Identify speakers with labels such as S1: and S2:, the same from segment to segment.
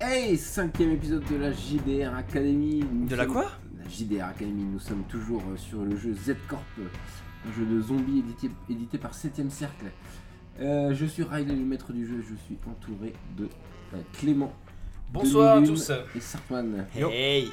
S1: Hey, cinquième épisode de la JDR Academy. Nous
S2: De la
S1: sommes-
S2: quoi
S1: La JDR Academy, nous sommes toujours euh, sur le jeu Z-Corp, euh, un jeu de zombies édité, édité par 7ème Cercle. Euh, je suis Riley, le maître du jeu, je suis entouré de euh, Clément
S3: Bonsoir à
S1: Lune.
S3: tous.
S1: et Sartman.
S2: Yo.
S3: Hey.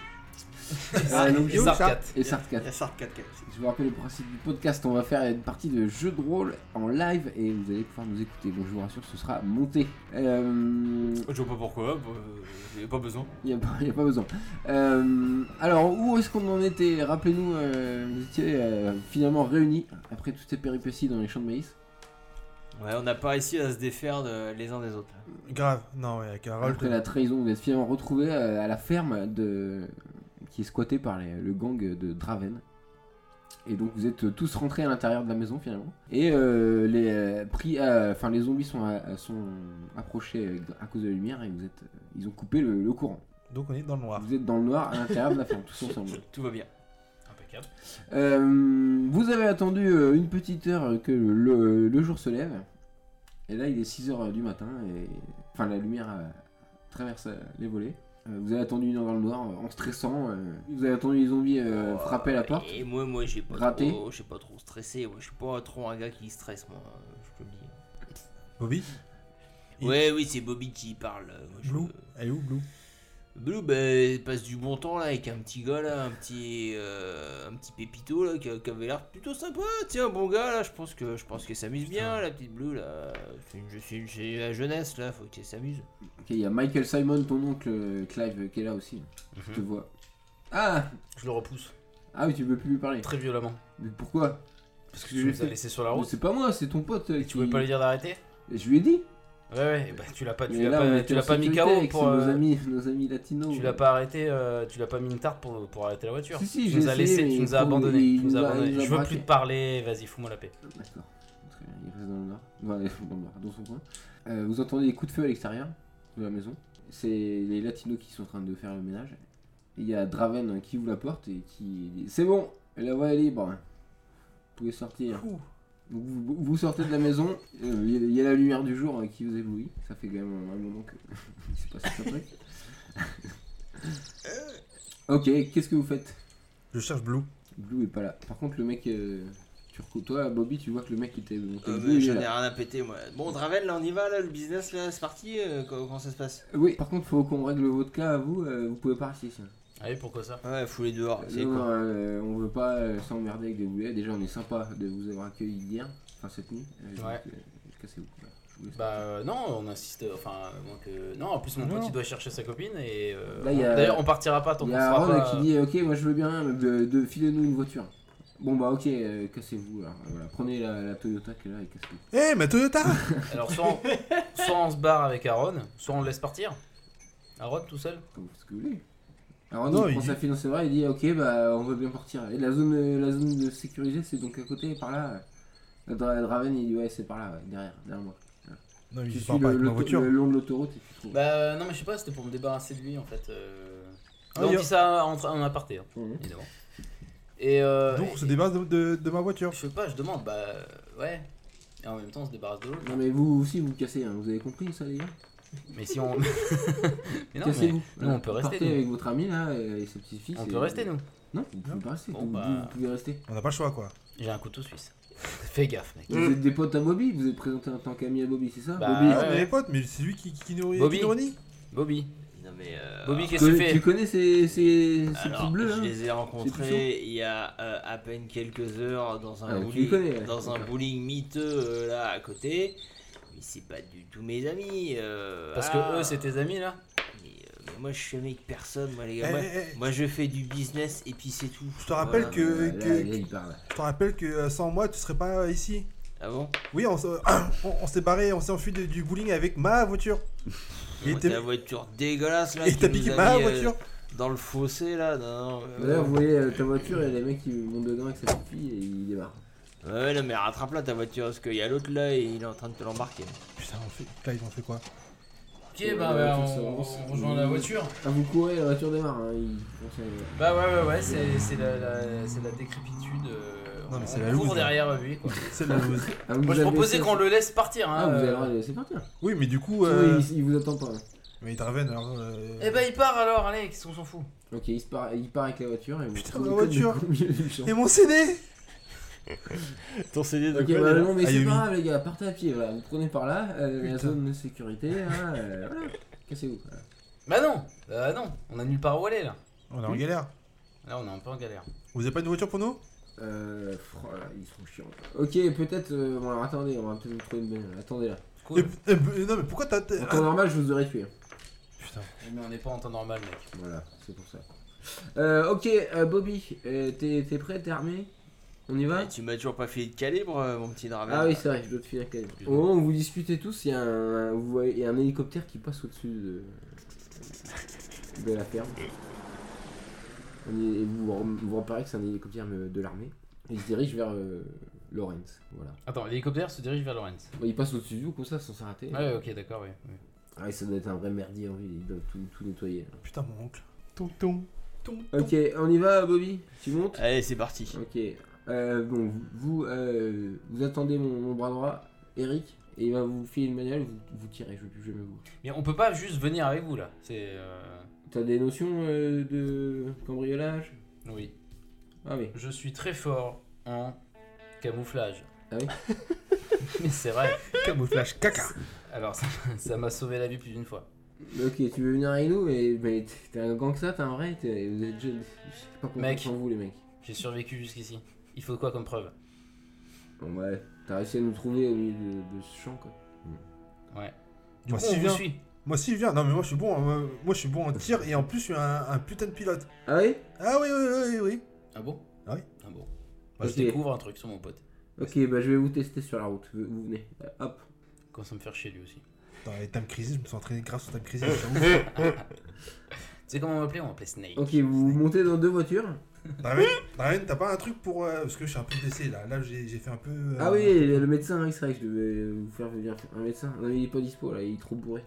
S1: Ah, donc,
S3: Et
S1: yo,
S3: Sarkat.
S1: Et Sartcat.
S3: Il y a Sarkat qui arrive.
S1: Je vous rappelle le principe du podcast, on va faire une partie de jeu de rôle en live et vous allez pouvoir nous écouter. Donc je vous rassure, ce sera monté. Euh,
S2: Je vois pas pourquoi, bah, euh, j'ai pas besoin.
S1: Il n'y a, pas besoin. Euh, alors, où est-ce qu'on en était Rappelez-nous, euh, vous étiez euh, finalement réunis après toutes ces péripéties dans les champs de maïs.
S3: Ouais, on n'a pas réussi à se défaire de- les uns des autres. là.
S4: Grave, non, ouais, avec Harold.
S1: Après la trahison, vous êtes finalement retrouvés euh, à la ferme de... qui est squattée par les- le gang de Draven. Et donc vous êtes tous rentrés à l'intérieur de la maison finalement. Et euh, les, euh, pris à- enfin, les zombies sont, à- sont approchés euh, à cause de la lumière et vous êtes, euh, ils ont coupé le, le courant.
S4: Donc on est dans le noir.
S1: Vous êtes dans le noir à l'intérieur de la ferme, tous ensemble.
S3: Tout va bien.
S2: Impeccable.
S1: Euh, vous avez attendu euh, une petite heure que le, le- le jour se lève. Et là, il est 6h du matin. Et... Enfin, la lumière euh, traverse euh, les volets. Euh, vous avez attendu une heure dans le noir euh, en stressant. euh, vous avez attendu les zombies euh,
S5: Oh.
S1: frapper à la porte.
S3: Et moi, moi, j'ai pas
S1: Raté.
S3: trop, j'ai pas trop stressé. Moi, je suis pas trop un gars qui stresse, moi. euh, Je te le dis.
S4: Bobby Il-
S3: Ouais, oui, c'est Bobby qui parle. euh, Moi, je...
S4: Blue Elle est où, Blue
S3: Blue, ben, il passe du bon temps là avec un petit gars là, un petit, euh, un petit pépito là qui, qui avait l'air plutôt sympa. Tiens, bon gars là, je pense que, je pense qu'elle s'amuse bien la petite Blue là. C'est une, c'est une- c'est la jeunesse là, faut qu'elle s'amuse.
S1: Ok, il y a Michael Simon, ton oncle euh, Clive, euh, qui est là aussi.
S5: Mhm.
S1: Je te vois. Ah
S5: Je le repousse
S1: Ah oui, tu peux plus lui parler.
S5: très violemment.
S1: Mais pourquoi
S5: Parce que
S1: Je
S5: tu
S1: l'ai
S5: nous as
S1: fait.
S5: laissé sur la route.
S1: C'est pas moi, c'est ton pote. euh,
S5: Ah Et
S1: qui-
S5: tu voulais pas lui dire d'arrêter
S1: Je lui ai dit.
S5: Ouais, ouais, et bah, tu l'as pas, tu
S1: Mais
S5: l'as
S1: là, on
S5: pas,
S1: était
S5: tu
S1: en
S5: l'as pas mis
S1: sécurité
S5: KO
S1: avec
S5: pour.
S1: nos
S5: euh,
S1: amis, nos amis latinos.
S5: Tu l'as pas arrêté, euh, tu l'as pas mis une tarte pour, pour arrêter la voiture.
S1: Si, si,
S5: tu
S1: j'ai
S5: nous as
S1: essayé,
S5: laissé,
S1: mais
S5: tu nous as
S1: il nous a-
S5: abandonné.
S1: il
S5: Tu nous
S1: nous
S5: as
S1: a- il
S5: abandonné.
S1: nous a
S5: Je veux
S1: braqué.
S5: plus te parler, vas-y, fous-moi la paix.
S1: D'accord. Très bien, il reste dans le nord. Enfin, il est dans le nord, dans son coin. Euh, vous entendez des coups de feu à l'extérieur de la maison. C'est les latinos qui sont en train de faire le ménage. Et Il y a Draven hein, qui ouvre la porte et qui dit C'est bon, la voie est libre. Vous pouvez sortir.
S4: Ouh.
S1: Donc, Vous, vous sortez de la maison, euh, il y a- il y a la lumière du jour euh, qui vous éblouit. Ça fait quand même un moment que. Il s'est passé un truc. ok, qu'est-ce que vous faites
S4: Je cherche Blue.
S1: Blue est pas là. Par contre, le mec. euh, tu recou- Toi, Bobby, tu vois que le mec qui était. monté
S3: Euh,
S1: le
S3: mais
S1: bleu, il est
S3: j'en ai
S1: là.
S3: rien à péter moi. Bon, Draven, là on y va, là, le business, là, c'est parti, euh, co- comment ça se passe
S1: Oui, par contre, faut qu'on règle votre cas à vous, euh, vous pouvez partir. ça.
S5: Ah oui, pourquoi ça
S3: Ouais, foulez dehors, Ah, c'est
S1: Non,
S3: quoi
S1: euh, on veut pas euh, s'emmerder avec des boulets. Déjà, on est sympa de vous avoir accueilli hier, enfin cette nuit. euh, donc,
S5: Ouais.
S1: euh, Cassez-vous. voilà, je vous laisse.
S5: Bah euh, non, on insiste, enfin, à moins que. Non, en plus, mon
S4: Non.
S5: pote il doit chercher sa copine et. euh,
S1: Là,
S5: on-
S1: il y a-
S5: D'ailleurs, on partira pas tant
S1: Il
S5: qu'on
S1: y a
S5: sera
S1: Ron
S5: pas.
S1: qui dit Ok, moi je veux bien, mais de, de- filez-nous une voiture. Bon, bah ok, euh, cassez-vous. alors, voilà, prenez la, la Toyota qui est là et cassez-vous.
S4: Hé, ma Eh, Toyota
S5: Alors, soit on... soit on se barre avec Aaron, soit on le laisse partir. Aaron tout seul
S1: Comme ce que vous voulez. Alors,
S4: Non,
S1: il prend
S4: il-
S1: sa fille dans ses bras et dit Ok, bah on veut bien partir. Et la zone, euh, la zone de sécurisée, c'est donc à côté, par là. La Dra- Draven, il dit Ouais, c'est par là, ouais, derrière, derrière moi.
S4: Non, il
S1: Tu
S4: se
S1: suis
S4: barre
S1: le,
S4: pas avec ma
S1: l'auto-
S4: voiture.
S1: le long de l'autoroute et tu trouves.
S5: Bah euh, non mais je sais pas, c'était pour me débarrasser de lui en fait. euh.
S4: Ah,
S5: Non,
S4: il y
S5: on
S4: a-
S5: dit ça en, tra- en aparté, hein,
S1: Mhm.
S5: évidemment. Et euh,
S4: Donc
S5: et-
S4: on se débarrasse de, de- de ma voiture.
S5: Je sais pas, je demande, bah euh, ouais. Et en même temps on se débarrasse de l'autre.
S1: Non mais vous aussi vous cassez, hein. vous avez compris ça les gars
S5: Mais si on... mais non mais...
S1: Cassez-vous.
S5: nous, on peut
S1: Partez
S5: rester, nous.
S1: avec votre ami là et sa petite fille.
S5: On peut rester nous.
S1: Non, vous pouvez pas rester.
S5: Bon,
S1: vous,
S5: bah.
S1: vous- vous pouvez rester.
S4: On n'a pas le choix, quoi.
S5: J'ai un couteau suisse. Fais gaffe mec.
S1: Vous êtes des potes à Bobby, vous êtes présentés en tant qu'ami à Bobby, c'est ça
S5: Mm. Bah,
S1: Bobby,
S4: Ah,
S5: ouais,
S4: mais
S5: ouais.
S4: les potes, mais c'est lui qui, qui nourrit
S5: Bobby.
S4: qui nous renie.
S5: Bobby.
S3: Non mais... euh,
S5: Bobby
S1: tu
S5: qu'est-ce que tu
S1: connais- tu
S5: fais
S1: connais ces, ces, ces petits
S3: Alors,
S1: bleus hein
S3: je
S1: là
S3: les ai
S1: C'est plus
S3: rencontrés il y a euh, à peine quelques heures dans
S1: Ah, tu
S3: un
S1: les
S3: bowling,
S1: connais, ouais.
S3: dans un
S1: Ok.
S3: bowling miteux euh, là à côté. Mais c'est pas du tout mes amis. euh,
S5: Parce
S3: ah.
S5: que eux c'est tes amis là
S3: Mais, euh, mais moi je suis avec personne, moi les gars.
S4: Eh,
S3: moi,
S4: eh, eh,
S3: moi, je fais du business et puis c'est tout.
S4: Je te rappelle
S3: Voilà.
S4: que-
S1: Euh, là,
S4: que-
S1: là, il parle.
S4: Je te rappelle que euh, sans moi, tu serais pas euh, ici.
S3: Ah bon
S4: Oui, on, se- on- on s'est barré, on s'est enfui de- du bowling avec ma voiture. Et
S3: Moi,
S4: t'es-
S3: Ta voiture dégueulasse là.
S4: Et
S3: que
S4: t'as
S3: nous
S4: piqué
S3: a
S4: ma
S3: mis, euh,
S4: voiture
S3: Dans le fossé là. Non, non, euh,
S1: D'ailleurs vous voyez euh, ta voiture et les mecs qui montent dedans avec sa petite fille et ils débarquent.
S3: Ouais, non, mais rattrape-la ta voiture parce qu'il y a l'autre là et il est en train de te l'embarquer.
S4: Putain, on fait... Clive, on fait quoi
S5: Ok
S1: bah,
S5: bah,
S1: ouais, on-
S5: on,
S1: on rejoint
S5: rejoint
S1: la
S5: la voiture.
S1: Ah vous courez, la voiture démarre. Hein, ils font ça, euh,
S5: Bah ouais ouais ouais c'est c'est la, la, c'est la décrépitude. euh,
S4: Non, mais
S5: on-
S4: c'est la
S5: on
S4: loose,
S5: court
S4: hein.
S5: derrière lui quoi.
S4: C'est de la loose.
S1: ah, vous
S5: Moi je
S1: avez-
S5: proposais qu'on le laisse partir hein.
S1: Ah vous allez
S5: euh,
S1: le laisser partir.
S4: Oui, mais du coup...
S1: Sinon,
S4: euh,
S1: il, il vous attend pas. hein.
S4: Mais Draven, alors. euh,
S5: Eh ben il part alors, Alex, on s'en fout.
S1: Ok, il, se part, il part avec la voiture et vous
S4: Putain,
S1: trouvez
S4: la
S1: le code de
S4: voiture.
S1: combien du champ.
S4: Et mon CD
S2: Ton CD de
S1: Ok,
S2: quoi
S1: bah,
S2: déjà
S1: non, mais
S4: Ah,
S1: c'est
S4: Yomi.
S1: pas grave, les gars, partez à pied, voilà. Vous prenez par là, euh, la
S4: Putain.
S1: zone de sécurité, hein, euh, voilà. Cassez-vous. voilà.
S5: Bah non, bah non, on a nulle part où aller là.
S4: On est en galère.
S5: Là on est un peu en galère.
S4: Vous avez pas une voiture pour nous
S1: Euh, fr- oh là, ils sont chiants. Ok, peut-être. euh, bon, alors attendez, on va peut-être vous trouver une bonne. Attendez là.
S5: Cool.
S4: Et- et- et- Non, mais pourquoi t'as. t'as-
S1: En temps normal, je vous aurais tué. hein.
S4: Putain.
S5: Mais on n'est pas en temps normal, mec.
S1: Voilà, c'est pour ça. Euh, ok, euh, Bobby, euh, t'es t'es prêt, t'es armé On y va
S3: Eh, tu m'as toujours pas fait de calibre, euh, mon petit Draven.
S1: Ah oui, c'est vrai, je dois te filer quand même. Au moment où vous discutez tous, il y, a un- vous voyez- il y a un hélicoptère qui passe au-dessus de, de la ferme. On y- et vous vous vous repérez que c'est un hélicoptère euh, de l'armée. Il se dirige vers euh, Lawrence. Voilà.
S5: Attends, l'hélicoptère se dirige vers Lawrence.
S1: Il passe au-dessus de vous comme ça sans s'arrêter.
S5: Ouais, ok, d'accord, oui. oui.
S1: Ah, et ça doit être un vrai merdier, en ville, ils doivent tout, tout nettoyer.
S4: Ah, Putain, mon oncle.
S2: Tonton.
S1: Ok, on y va, Bobby Tu montes
S3: Allez, c'est parti.
S1: Ok. Euh, bon, vous, euh, vous attendez mon, mon bras droit, Eric, et il va vous filer le manuel, vous, vous tirez, je veux plus jamais vous.
S5: Mais on peut pas juste venir avec vous là. C'est. euh,
S1: T'as des notions euh, de cambriolage
S5: Oui.
S1: Ah oui.
S5: Je suis très fort en camouflage.
S1: Ah oui
S5: Mais c'est vrai.
S4: Camouflage caca
S5: Alors ça ça m'a sauvé la vie plus d'une fois.
S1: Ok, tu veux venir avec nous mais, mais t'es un gang que ça, t'es un vrai, t'es- vous êtes jeunes. Je sais pas comment
S5: Mec.
S1: en vous les mecs.
S5: J'ai survécu jusqu'ici. Il faut quoi comme preuve
S1: Bon ouais, t'as réussi à nous trouver au milieu de, de ce champ quoi.
S5: Ouais. Du
S4: Moi
S5: coup, on
S4: si
S5: vous
S4: viens.
S5: suit.
S4: Moi si viens. Non mais moi je suis bon. en- Moi, je suis bon en tir et en plus je suis un, un putain de pilote.
S1: Ah oui
S4: Ah oui oui oui oui.
S5: Ah bon
S4: Ah oui.
S5: Ah bon.
S1: Bah,
S5: je
S1: c'est-
S5: découvre un truc sur mon pote.
S1: Ok, bah je vais vous tester sur la route, vous, vous venez. Euh, hop.
S5: Comme ça me faire chier lui aussi. Tu
S4: Dans les Time Crisis, je me suis entraîné grâce aux Time Crisis. c'est ouf.
S5: sais comment on m'appelait On m'appelait Snake.
S1: Ok, vous Euh. montez dans deux voitures.
S4: Draven, Draven, t'as pas un truc pour euh, parce que je suis un peu blessé là. Là j'ai j'ai fait un peu. euh,
S1: Ah oui, le médecin, hein, c'est vrai que je devais vous faire venir un médecin. Non, mais il est pas dispo là, il est trop bourré.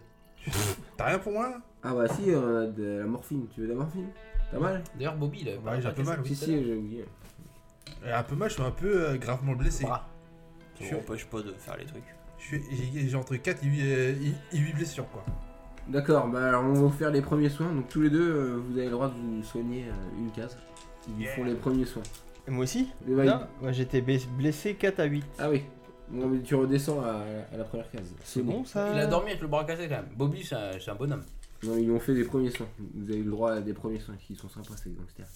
S4: T'as rien pour moi là
S1: Ah bah si, on a de la morphine. Tu veux de la morphine T'as mal
S5: D'ailleurs, Bobby, il avait
S4: Ouais,
S5: parlé
S4: j'ai un
S5: de
S4: peu
S5: la
S4: mal, oui.
S1: Si, si, j'ai oublié.
S4: Euh, Un peu mal, je suis un peu euh, gravement blessé.
S5: Bras.
S3: Tu
S4: Sûr.
S3: m'empêches pas de faire les trucs.
S4: Je suis- J'ai j'ai entre 4 et 8, blessures quoi.
S1: D'accord, bah alors on va vous faire les premiers soins. Donc tous les deux, euh, vous avez le droit de vous soigner euh, une case. Ils vous font les premiers soins.
S6: Moi aussi
S1: Et bah,
S6: Non, moi j'étais bless- blessé 4 à 8.
S1: il- Ah oui. Bon, mais tu redescends à, à la première case.
S6: C'est bon ça
S5: Il a dormi avec le bras cassé quand même. Bobby, c'est un, c'est un bonhomme.
S1: Non, mais ils ont fait les premiers soins. Vous avez le droit à des premiers soins qui sont sympas, ces gangsters.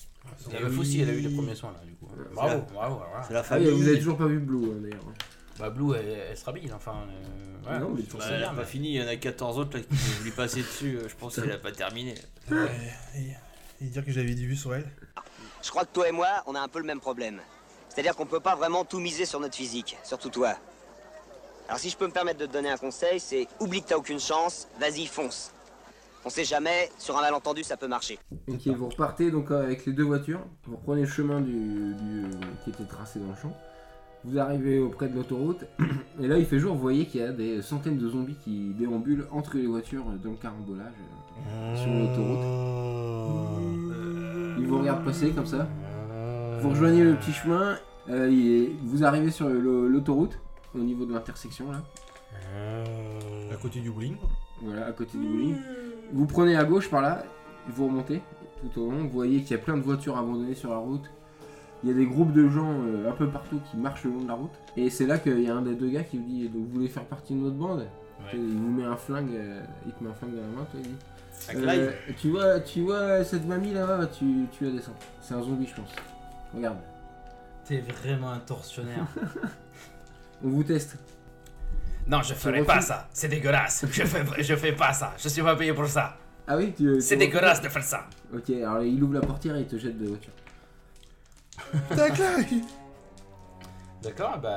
S5: Et la meuf aussi, elle a eu les premiers soins là, du coup.
S1: Ouais.
S5: Bravo, bravo, bravo.
S3: C'est la
S1: Ah
S3: famille.
S1: oui, vous avez toujours pas vu Blue hein, d'ailleurs.
S5: Bah, Blue, elle, elle se rhabille, enfin. euh, ouais.
S1: Non, mais
S5: C'est
S1: pour
S3: Bah,
S5: pas
S3: elle
S5: bien,
S3: a
S5: mais-
S3: pas fini, il y en a 14 autres là qui ont voulu passer dessus. euh, Je pense qu'elle a pas terminé.
S4: Euh, et- et dire que j'avais du vu sur elle.
S7: Je crois que toi et moi, on a un peu le même problème. C'est-à-dire qu'on peut pas vraiment tout miser sur notre physique, surtout toi. Alors si je peux me permettre de te donner un conseil, c'est oublie que t'as aucune chance, vas-y, fonce. On sait jamais, sur un malentendu, ça peut marcher.
S1: Ok, vous repartez donc euh, avec les deux voitures. Vous reprenez le chemin du, du- euh, qui était tracé dans le champ. Vous arrivez auprès de l'autoroute. Et là, il fait jour. Vous voyez qu'il y a des centaines de zombies qui déambulent entre les voitures euh, dans le carambolage. euh, Sur l'autoroute. Ils vous regardent passer comme ça. Vous rejoignez le petit chemin. euh, il est- vous arrivez sur le- le- l'autoroute, au niveau de l'intersection là.
S5: euh,
S4: À côté du bowling.
S1: Voilà, à côté du bowling. Vous prenez à gauche par là, vous remontez tout au long, vous voyez qu'il y a plein de voitures abandonnées sur la route. Il y a des groupes de gens euh, un peu partout qui marchent le long de la route. Et c'est là qu'il y a un des deux gars qui vous dit Donc, Vous voulez faire partie de notre bande Et Il vous met un flingue, euh, il te met un flingue dans la main, toi, il dit Euh, tu, vois, tu vois cette mamie là-bas tu, tu la descends. C'est un zombie, je pense. Regarde,
S5: T'es vraiment un tortionnaire.
S1: on vous teste.
S5: non, je ferai
S1: refuse.
S5: pas ça. C'est dégueulasse. Je fais, je fais pas ça. Je suis pas payé pour ça.
S1: Ah oui, tu.
S5: C'est
S1: tu-
S5: dégueulasse de faire ça.
S1: Ok, alors il ouvre la portière et il te jette de la voiture.
S4: Putain, Clark
S5: D'accord, bah.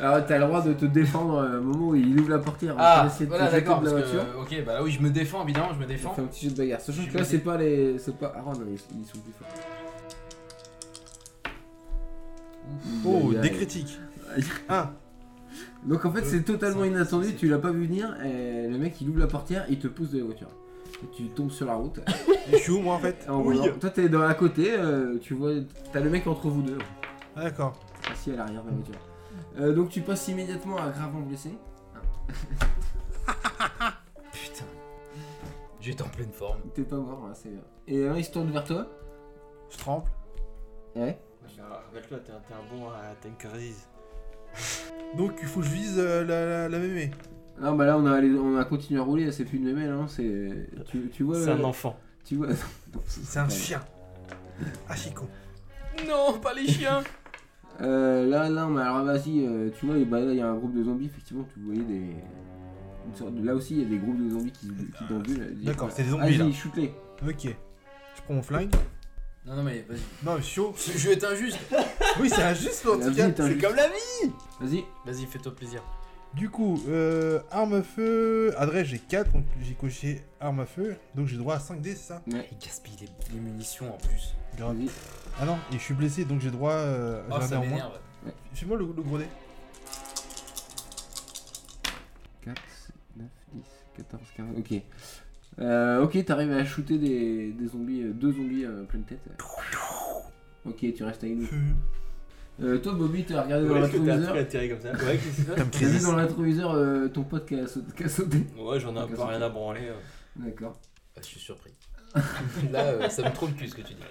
S1: Alors t'as le droit de te défendre euh, au moment où il ouvre la portière. Tu
S5: Ah,
S1: vas essayer de te
S5: voilà,
S1: jeter
S5: d'accord.
S1: de la
S5: parce
S1: voiture.
S5: que- Ok, bah oui, je me défends, évidemment, je me
S1: On
S5: défends.
S1: fait un petit jeu de bagarre. Sachant
S5: Je
S1: que là,
S5: me
S1: c'est pas les. C'est pas Aaron, ils, ils sont plus forts.
S4: Oh,
S1: Aïe, aïe, aïe.
S4: des critiques.
S1: Aïe.
S4: Un.
S1: Donc en fait, c'est totalement
S4: Cinq,
S1: inattendu,
S4: six.
S1: tu l'as pas vu venir. Et le mec il ouvre la portière, il te pousse de la voiture. Et tu tombes sur la route.
S4: Je suis où moi en fait
S1: En volant. Toi, t'es dans à côté, euh, tu vois. T'as le mec entre vous deux,
S4: Ah, D'accord.
S1: assis à l'arrière de
S5: Mm.
S1: la voiture. Euh, donc tu passes immédiatement à gravement blessé.
S5: Putain. J'étais en pleine forme.
S1: T'es pas mort, hein, c'est bien. Et alors, il se tourne vers toi.
S6: Je tremble.
S1: Ouais.
S3: Rappelle-toi, t'es un, t'es un bon à t'as une crise.
S4: Donc il faut que je vise euh, la, la, la mémé.
S1: Non, bah là, on a, allé- on a continué à rouler, c'est plus une mémé, là. hein, C'est. Tu, tu vois.
S3: C'est
S1: là,
S3: un enfant.
S1: Tu vois.
S4: C'est un chien. Ah, Chico.
S5: Non, pas les chiens
S1: Euh, là, là, mais alors vas-y, euh, tu vois, bah, là, il y a un groupe de zombies, effectivement, tu voyais des. une sorte de- Là aussi, il y a des groupes de zombies qui, qui déambulent.
S4: D'accord, c'est des
S1: euh, Vas-y,
S4: zombies là.
S1: shoot-les.
S4: Ok. Je prends mon flingue.
S5: Non, non, mais vas-y.
S4: Non, mais chaud.
S5: Ce jeu est injuste.
S4: Oui, c'est injuste en
S1: La
S4: tout
S1: vie
S4: cas.
S1: est injuste.
S4: la vie.
S1: Vas-y,
S5: Vas-y, fais-toi plaisir.
S4: Du coup, euh, arme à feu. Adresse, j'ai 4. Donc j'ai coché arme à feu. Donc j'ai droit à 5D, c'est ça
S5: Il gaspille les, les munitions en plus.
S4: Grave.
S1: vas-y.
S4: Ah non, et je suis blessé donc j'ai droit euh, à
S3: Ah,
S5: Oh,
S4: un dé
S5: ça
S4: en moins.
S5: m'énerve.
S4: Fais-moi le, le gros dé.
S1: 4, 9, 10, 14, 15. Ok. Euh, ok, t'arrives à shooter des, des zombies, euh, deux zombies euh, pleine tête. Ok, tu restes avec nous. Euh, toi, Bobby, t'as regardé dans le
S3: que t'as un truc
S1: rétroviseur.
S3: à tirer comme ça Ouais, qu'est-ce que c'est
S4: Comme
S1: T'as vu dans le rétroviseur euh, ton pote qui a, saut- qui a sauté.
S3: Ouais, j'en ai un
S1: Qu'est-ce
S3: peu
S1: que
S3: rien
S1: c'est
S3: à branler. euh.
S1: D'accord.
S5: Ah, je suis surpris. Là, euh, ça me trouve le cul ce que tu dis.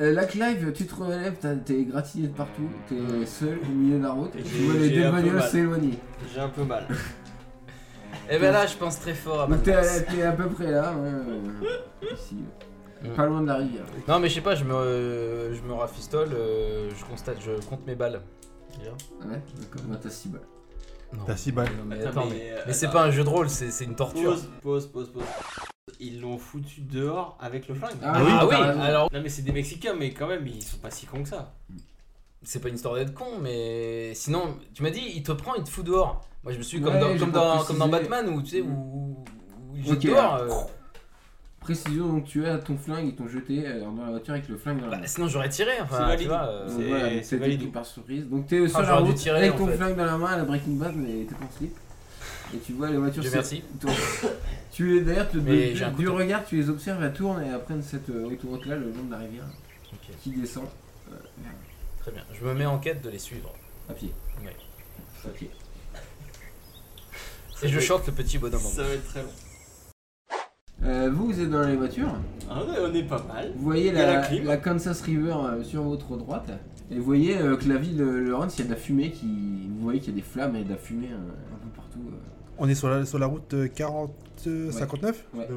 S1: Euh, la Clive, tu te relèves, t'as- t'es gratigné de partout, t'es seul au milieu de la route,
S3: Et
S1: tu
S3: j'ai-
S1: vois les
S3: j'ai
S1: deux
S3: un peu
S1: bagnoles
S3: mal.
S1: s'éloigner.
S3: J'ai un peu mal.
S5: Eh ben là, je pense très
S3: Ah,
S5: fort à
S3: bah,
S5: ma
S1: Donc t'es
S5: place.
S1: à, t'es à peu près là, hein, euh, ici,
S3: Mm.
S1: euh, pas loin de la rivière.
S5: Non, mais je sais pas, je me, euh, je me rafistole, euh, je constate, je compte mes balles. Déjà.
S1: Ouais, d'accord, bah, t'as 6 balles.
S5: Non.
S4: T'as 6 balles.
S5: Non, mais
S3: Attends,
S5: attends,
S3: mais,
S5: mais,
S3: euh,
S5: mais c'est
S3: attends.
S5: pas un jeu de rôle, c'est c'est une torture.
S3: Pause, pause, pause, pause. Ils l'ont foutu dehors avec le flingue.
S1: Ah
S5: Ah oui,
S1: oui, t'as raison.
S5: alors
S3: Non mais c'est des Mexicains mais quand même ils sont pas si cons que ça.
S5: c'est pas une histoire d'être con, mais sinon, tu m'as dit, il te prend, il te fout dehors. Moi, je me suis dit,
S1: Ouais,
S5: comme, dans,
S1: j'ai
S5: comme,
S1: pas
S5: dans, comme dans
S1: précisé.
S5: Batman où tu sais, où, où il
S1: Ok.
S5: jette dehors. euh,
S1: Précision, donc tu as ton flingue, ils t'ont jeté euh, dans la voiture avec le flingue dans la
S5: bah,
S1: main.
S5: sinon, j'aurais tiré,
S3: C'est
S5: enfin, tu
S3: valide.
S5: vois. euh,
S1: Donc
S3: c'est-
S1: voilà, donc
S3: c'est
S1: c'était
S3: valide.
S1: pris par surprise. Donc t'es sur
S5: Ah,
S1: la
S5: j'aurais dû
S1: route
S5: tirer,
S1: avec
S5: en
S1: ton
S5: fait.
S1: flingue dans la main à la Breaking Bad, mais t'es en slip. Et tu vois les voitures.
S5: Dieu
S1: se-
S5: merci.
S1: tournent. Tu les d'ailleurs, te-
S5: Mais
S1: du-
S5: j'ai un
S1: du
S5: couteau.
S1: regard, tu les observes, elles tournent et elles prennent cette euh, autoroute là, le long de la rivière,
S5: Ok,
S1: qui descend
S5: très bien. Je me mets en quête de les suivre.
S1: à pied.
S5: Ouais.
S1: À pied.
S5: Et je chante le petit bonhomme. en
S3: Ça va être très long.
S1: Euh, vous, vous êtes dans les voitures.
S3: Ah ouais, on est pas mal.
S1: Vous voyez
S3: Il y a
S1: la,
S3: la clim.
S1: la Kansas River euh, sur votre droite. Et vous voyez euh, que la ville de Lawrence, il y a de la fumée qui. Vous voyez qu'il y a des flammes et de la fumée euh, un peu partout. euh.
S4: On est sur la, sur la route euh, 40, euh,
S1: Ouais.
S4: 59.
S1: Ouais.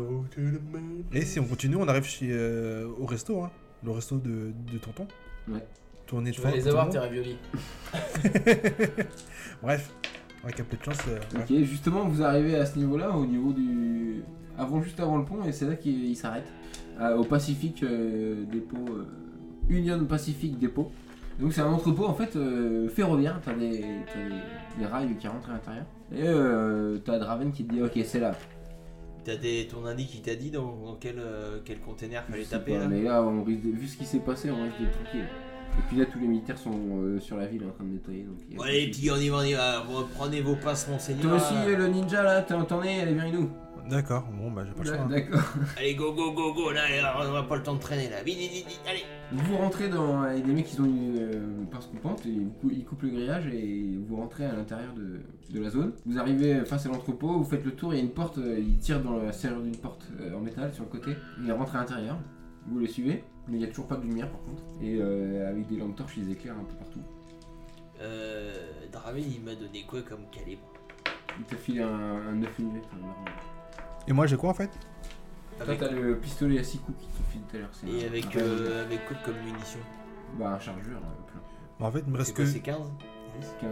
S4: Et si on continue, on arrive chez, euh, au resto, hein. le resto de, de tonton.
S1: Ouais.
S4: Tournée de
S5: Je
S4: fin.
S5: vais les
S4: tout
S5: avoir,
S4: le
S5: tes
S4: monde.
S5: raviolis.
S4: Bref, avec un peu de chance. euh, ouais.
S1: Ok, justement, vous arrivez à ce niveau-là, au niveau du. Avant, juste avant le pont, et c'est là qu'il il s'arrête. Euh, au Pacific euh, Dépôt. euh, Union Pacific Dépôt. Donc, c'est un entrepôt en fait euh, ferroviaire. T'as des, t'as des- des rails qui rentrent à l'intérieur. Et euh, t'as Draven qui te dit Ok, c'est là.
S3: T'as des ton indice qui t'a dit dans, dans quel euh, quel container
S1: Je
S3: fallait
S1: sais
S3: taper
S1: pas,
S3: là.
S1: Mais là, on risque de- vu ce qui s'est passé, on risque d'être tranquille. Et puis là, tous les militaires sont euh, sur la ville en train de nettoyer. Donc, il y a-
S3: Bon allez les petits on y va on y va. Bon, Prenez vos passes mon
S1: Toi
S3: seigneur.
S1: aussi, euh, le ninja là, t'es entendu, allez, viens avec nous.
S4: D'accord, bon bah j'ai pas le choix. hein.
S1: D'accord.
S3: Allez go go go go là, là, on n'a pas le temps de traîner là. Vite vite vite, vite, allez.
S1: Vous rentrez dans. Il y a des mecs qui ont une euh, pince coupante, et ils, cou- ils coupent le grillage et vous rentrez à l'intérieur de, de la zone. Vous arrivez face à l'entrepôt, vous faites le tour, il y a une porte, euh, ils tirent dans la serrure d'une porte euh, en métal sur le côté. Ils rentrent à l'intérieur, vous les suivez, mais il n'y a toujours pas de lumière par contre. Et euh, avec des lampes torches, ils éclairent un peu partout.
S3: Euh, Draven il m'a donné quoi comme calibre
S1: Ils te filent un, un 9 mm. normal.
S4: Et moi j'ai quoi en fait
S1: Toi,
S3: Avec-
S1: t'as le pistolet à 6 coups qui te file tout à l'heure. c'est
S3: Et
S1: un-
S3: avec
S1: un-
S3: euh, avec quoi comme munition
S1: Bah, un chargeur, euh, plein. euh.
S4: bah, En fait, il me reste
S3: C'est
S4: que,
S3: quoi c'est 15
S1: 15.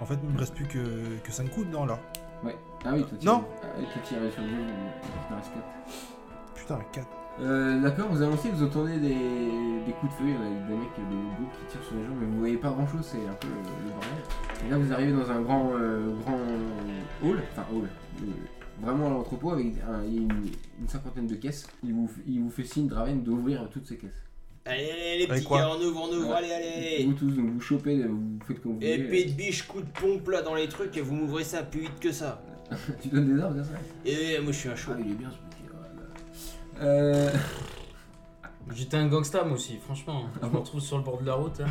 S4: en fait, il me reste plus que, que 5 coups dedans là.
S1: Ouais. Ah oui, t'as tiré.
S4: Non.
S1: Ah, t'as tiré sur le jeu, il en reste quatre.
S4: Putain, 4.
S1: Euh, D'accord, vous avancez, vous entendez des, des coups de feu, il y en a des mecs, des groupes qui tirent sur les gens, mais vous voyez pas grand chose, c'est un peu le, le bordel. Et là, vous arrivez dans un grand, euh, grand hall, enfin hall, euh, vraiment à l'entrepôt avec un- il y a une, une cinquantaine de caisses. Il vous, il vous fait signe, Draven, d'ouvrir toutes ces caisses.
S3: Allez, allez, les
S4: Avec
S3: petits
S4: quoi
S3: gars, on ouvre, on ouvre, allez, allez
S1: Vous tous, donc vous chopez, vous faites comme vous voulez.
S3: Épée de biche, coup de pompe là dans les trucs et vous m'ouvrez ça plus vite que ça.
S1: Tu donnes des ordres, c'est ça
S3: Et moi je suis un chaud.
S1: Ah, il est bien ce oh bouquet. Euh,
S5: J'étais un gangsta moi aussi, franchement. Je me retrouve sur le bord de la route. là.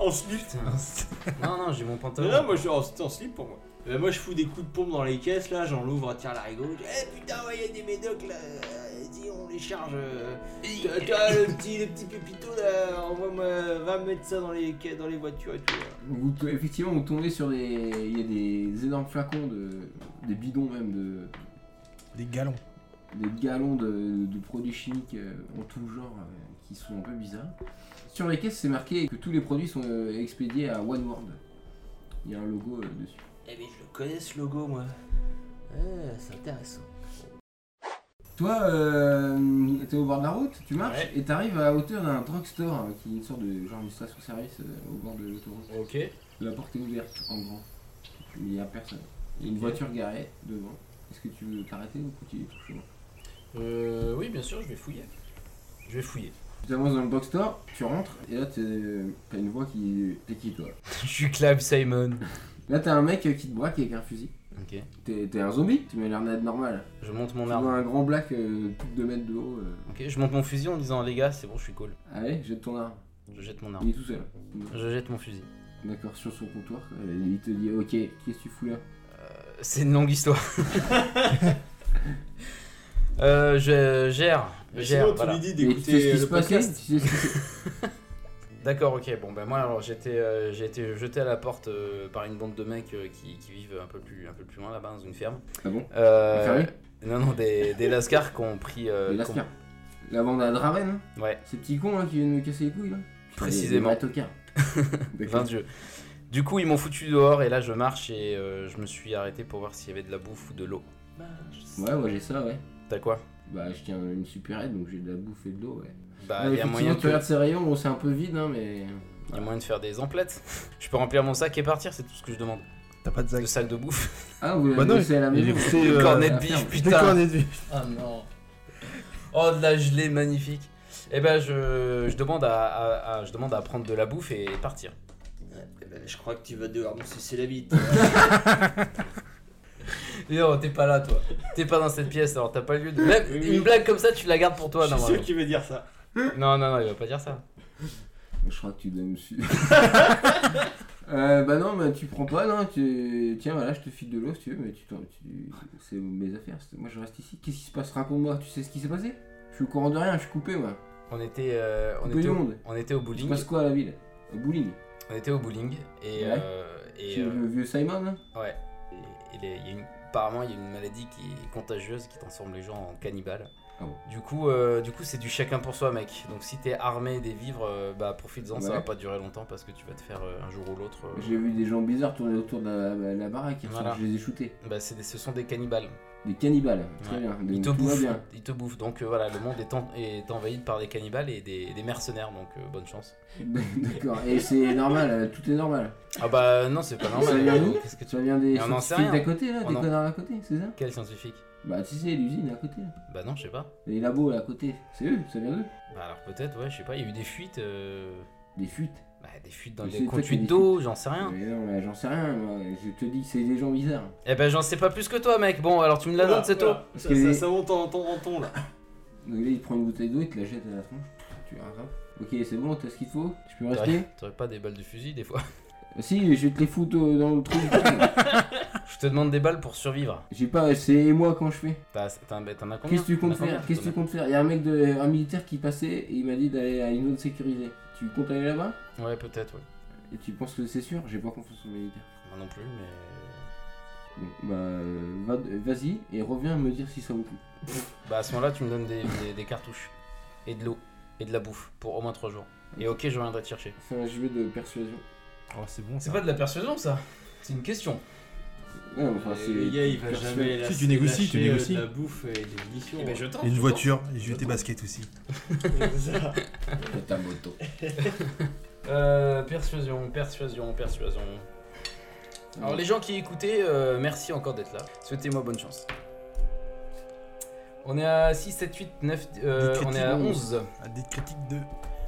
S3: En slip
S5: Putain. Non, non, j'ai mon pantalon.
S3: Non, non, moi je suis en, oh, c'est en slip pour moi. Bah, moi je fous des coups de pompe dans les caisses là, j'en l'ouvre à tire larigot. Je dis, Eh putain, ouais, y a des médocs là, vas-y, on les charge. euh. Toi, toi, le petit, le petit pépito là, on va, va mettre ça dans les, ca- dans les voitures et tout. là.
S1: Vous, t- effectivement, vous tombez sur des, il y a des énormes flacons, de, des bidons même, de,
S4: Des galons.
S1: des galons de, de produits chimiques euh, en tout genre euh, qui sont un peu bizarres. Sur les caisses, c'est marqué que tous les produits sont euh, expédiés à One World. Il y a un logo euh, dessus.
S3: Eh mais je le connais ce logo moi. Ah, c'est intéressant.
S1: Toi, euh, t'es au bord de la route, tu marches
S5: Ouais.
S1: et t'arrives à hauteur d'un drugstore hein, qui est une sorte de genre une station-service euh, au bord de l'autoroute.
S5: Ok.
S1: La porte est ouverte en grand. Il y a personne. Il y a une
S5: Ok.
S1: voiture garée devant. Est-ce que tu veux t'arrêter ou continuer ton chemin
S5: Euh, oui, bien sûr, je vais fouiller. Je vais fouiller.
S1: Tu avances dans le drugstore, tu rentres et là t'es- euh, t'as une voix qui. T'es qui toi
S5: je suis Clive Simon.
S1: Là t'as un mec euh, qui te braque avec un fusil.
S5: Ok.
S1: T'es t'es un zombie, tu m'as l'air d'être normal.
S5: Je monte mon
S1: Tu
S5: arme.
S1: vois un grand black euh, de plus de 2 mètres de haut. euh.
S5: Ok, je monte mon fusil en disant les gars, c'est bon, je suis cool.
S1: Allez, jette ton arme.
S5: Je jette mon arme.
S1: Il est tout seul.
S5: Je jette mon fusil.
S1: D'accord, sur son comptoir. euh, il te dit Ok, qu'est-ce que tu fous là
S5: Euh, C'est une longue histoire. euh, je gère.
S2: Mais Bah,
S5: Gère,
S2: sinon, tu
S5: voilà.
S2: lui dis
S1: Et tu sais ce
S2: d'écouter
S1: qui se
S2: le
S1: passait
S2: podcast.
S1: Tu sais ce qui se-
S5: D'accord, ok. Bon, ben moi, alors j'étais, euh, j'ai été jeté à la porte euh, par une bande de mecs euh, qui, qui vivent un peu plus, un peu plus loin là-bas dans une ferme.
S1: Ah bon
S5: Euh,
S1: Des fermiers
S5: Non, non, des, des lascars qui ont pris. euh,
S1: Les
S5: qui ont-
S1: Lascar. La bande à Draven, hein
S5: Ouais.
S1: ces petits cons là qui viennent me casser les couilles là
S5: Précisément.
S1: Les tocar.
S5: Vin de Dieu. Du coup, ils m'ont foutu dehors et là, je marche et euh, je me suis arrêté pour voir s'il y avait de la bouffe ou de l'eau.
S3: Bah,
S1: Ouais, ouais, j'ai ça, ouais.
S5: T'as quoi
S1: Bah, je tiens une supérette donc j'ai de la bouffe et de l'eau, ouais. Ouais,
S5: Bah, il y a
S1: effectivement,
S5: moyen
S1: tu
S5: de...
S1: regardes ces rayons, bon, c'est un peu vide, hein, mais.
S5: y a moyen de faire des emplettes. je peux remplir mon sac et partir, c'est tout ce que je demande.
S4: T'as pas de
S5: Le
S4: zack.
S5: sac de bouffe.
S1: Ah, vous
S4: Bah non,
S1: l'avez laissé à la
S4: il
S1: maison
S4: est-
S5: Des
S4: euh,
S5: cornets de
S1: la
S5: bif,
S1: ferme.
S4: Des
S5: putain.
S4: cornets de vie.
S5: Ah non. Oh, de la gelée magnifique. Eh ben, je, je demande à, à- à- je demande à prendre de la bouffe et partir.
S3: Eh ben, je crois que tu vas devoir me sucer la bite.
S5: Et non, t'es pas là, toi. T'es pas dans cette pièce, alors t'as pas lieu de. Même une blague comme ça, tu la gardes pour toi,
S2: Je suis sûr
S5: normalement.
S2: qu'il veut dire ça.
S5: Non, non, non, il va pas dire ça.
S1: Je crois que tu dois me suivre. Euh, bah non, bah, tu prends pas, non. Tu... Tiens, voilà, je te file de l'eau si tu veux, mais tu, t'en- tu... c'est mes affaires. c'est- Moi, je reste ici. Qu'est-ce qui se passe Raconte-moi. Tu sais ce qui s'est passé Je suis au courant de rien, je suis coupé, moi.
S5: On était, euh, on
S1: Coupé
S5: était,
S1: du
S5: au,
S1: monde.
S5: on était au
S1: Il se
S5: bowling.
S1: passe quoi à la ville Au bowling.
S5: On était au bowling et,
S1: Ouais.
S5: euh, et
S1: C'est
S5: euh,
S1: Le vieux Simon, hein. là
S5: ouais. Et- et les- il y a une- apparemment, il y a une maladie qui est contagieuse qui transforme les gens en cannibales.
S1: Ah bon
S5: Du coup, euh, du coup, c'est du chacun pour soi, mec. Donc, si t'es armé des vivres, euh, bah profites-en. Ça
S1: Ouais.
S5: va pas durer longtemps parce que tu vas te faire euh, un jour ou l'autre. euh,
S1: J'ai vu des gens bizarres tourner autour de la, la- la baraque.
S5: Voilà.
S1: Je les ai shootés.
S5: Bah, c'est des- ce sont des cannibales.
S1: Des cannibales. hein, Très
S5: Ouais.
S1: bien.
S5: Ils
S1: donc
S5: te
S1: tout va
S5: bouffent.
S1: bien.
S5: Ils te bouffent. Donc euh, voilà, le monde est, en- est envahi par des cannibales et des, des mercenaires. Donc euh, bonne chance.
S1: Bah, D'accord. Et c'est normal, euh, tout est normal.
S5: Ah bah non, c'est pas
S1: Ça
S5: normal. Euh,
S1: vient d'où
S5: Qu'est-ce que tu
S1: Ça vient des
S5: Mais on en sait
S1: scientifiques d'à
S5: rien.
S1: côté, là,
S5: On
S1: des
S5: en-
S1: connards à côté, c'est ça
S5: Quel scientifique
S1: Bah, tu sais, l'usine à côté. là.
S5: Bah non, je sais pas.
S1: Les labos là, à côté, c'est eux, ça vient d'eux.
S5: Bah alors peut-être, ouais, je sais pas. Il y a eu des fuites. euh,
S1: Des fuites.
S5: Bah, des fuites dans
S1: Mais
S5: les
S1: c'est toi qui
S5: conduites
S1: dis
S5: d'eau, j'en sais rien.
S1: Mais non, mais j'en sais rien, moi. Je te dis que c'est des gens bizarres.
S5: Eh ben, j'en sais pas plus que toi, mec. Bon, alors tu me la donnes,
S2: Voilà,
S5: c'est tout.
S2: voilà.
S1: Parce
S2: Ça,
S1: que
S2: ça,
S1: les-
S2: ça monte en ton, en ton là.
S1: Donc là, il prend une bouteille d'eau, il te la jette à la tronche. Tu rattrapes. Ok, c'est bon, t'as ce qu'il te faut Je peux rester
S5: T'aurais- T'aurais pas des balles de fusil des fois
S1: Euh, Si, je vais te les foutre euh, dans le trou.
S5: Je te demande des balles pour survivre. Bah,
S1: J'ai pas, c'est moi quand je fais.
S5: T'as t'en t'en as combien
S1: Qu'est-ce que tu comptes
S5: T'en as combien
S1: faire Qu'est-ce que tu comptes faire Il y a un mec, de, un militaire qui passait et il m'a dit d'aller à une zone sécurisée. Tu comptes aller là-bas
S5: Ouais, peut-être, ouais.
S1: Et tu penses que c'est sûr J'ai pas confiance aux militaires.
S5: Moi non plus,
S1: Bon,
S5: mais. euh,
S1: bah, euh, va- vas-y et reviens me dire si ça vous plaît.
S5: Bah, à ce moment-là, tu me donnes des, des- des cartouches. Et de l'eau. Et de la bouffe. Pour au moins 3 jours. Et ok, je reviendrai te chercher.
S1: Fais un jeu de persuasion.
S4: Oh, c'est bon. ça.
S5: de la persuasion, ça C'est une question.
S1: Ouais, enfin, c'est.
S3: le gars, il va
S1: persuasion.
S3: jamais la-
S4: Si, tu négocies, tu
S3: lâcher, euh,
S4: négocies.
S3: de la bouffe et des missions.
S5: Eh ben,
S3: hein.
S5: je tente.
S4: Et une
S5: je
S4: voiture, et j'ai eu tes baskets aussi.
S1: Ta moto.
S5: tente. Euh, persuasion, persuasion, persuasion. Alors les gens qui écoutaient, euh, merci encore d'être là. Souhaitez-moi bonne chance. On est à 6, 7, 8, 9, euh,
S4: Dites
S5: on est à
S4: critiquement.
S5: 11.
S4: Ah, Des critiques de.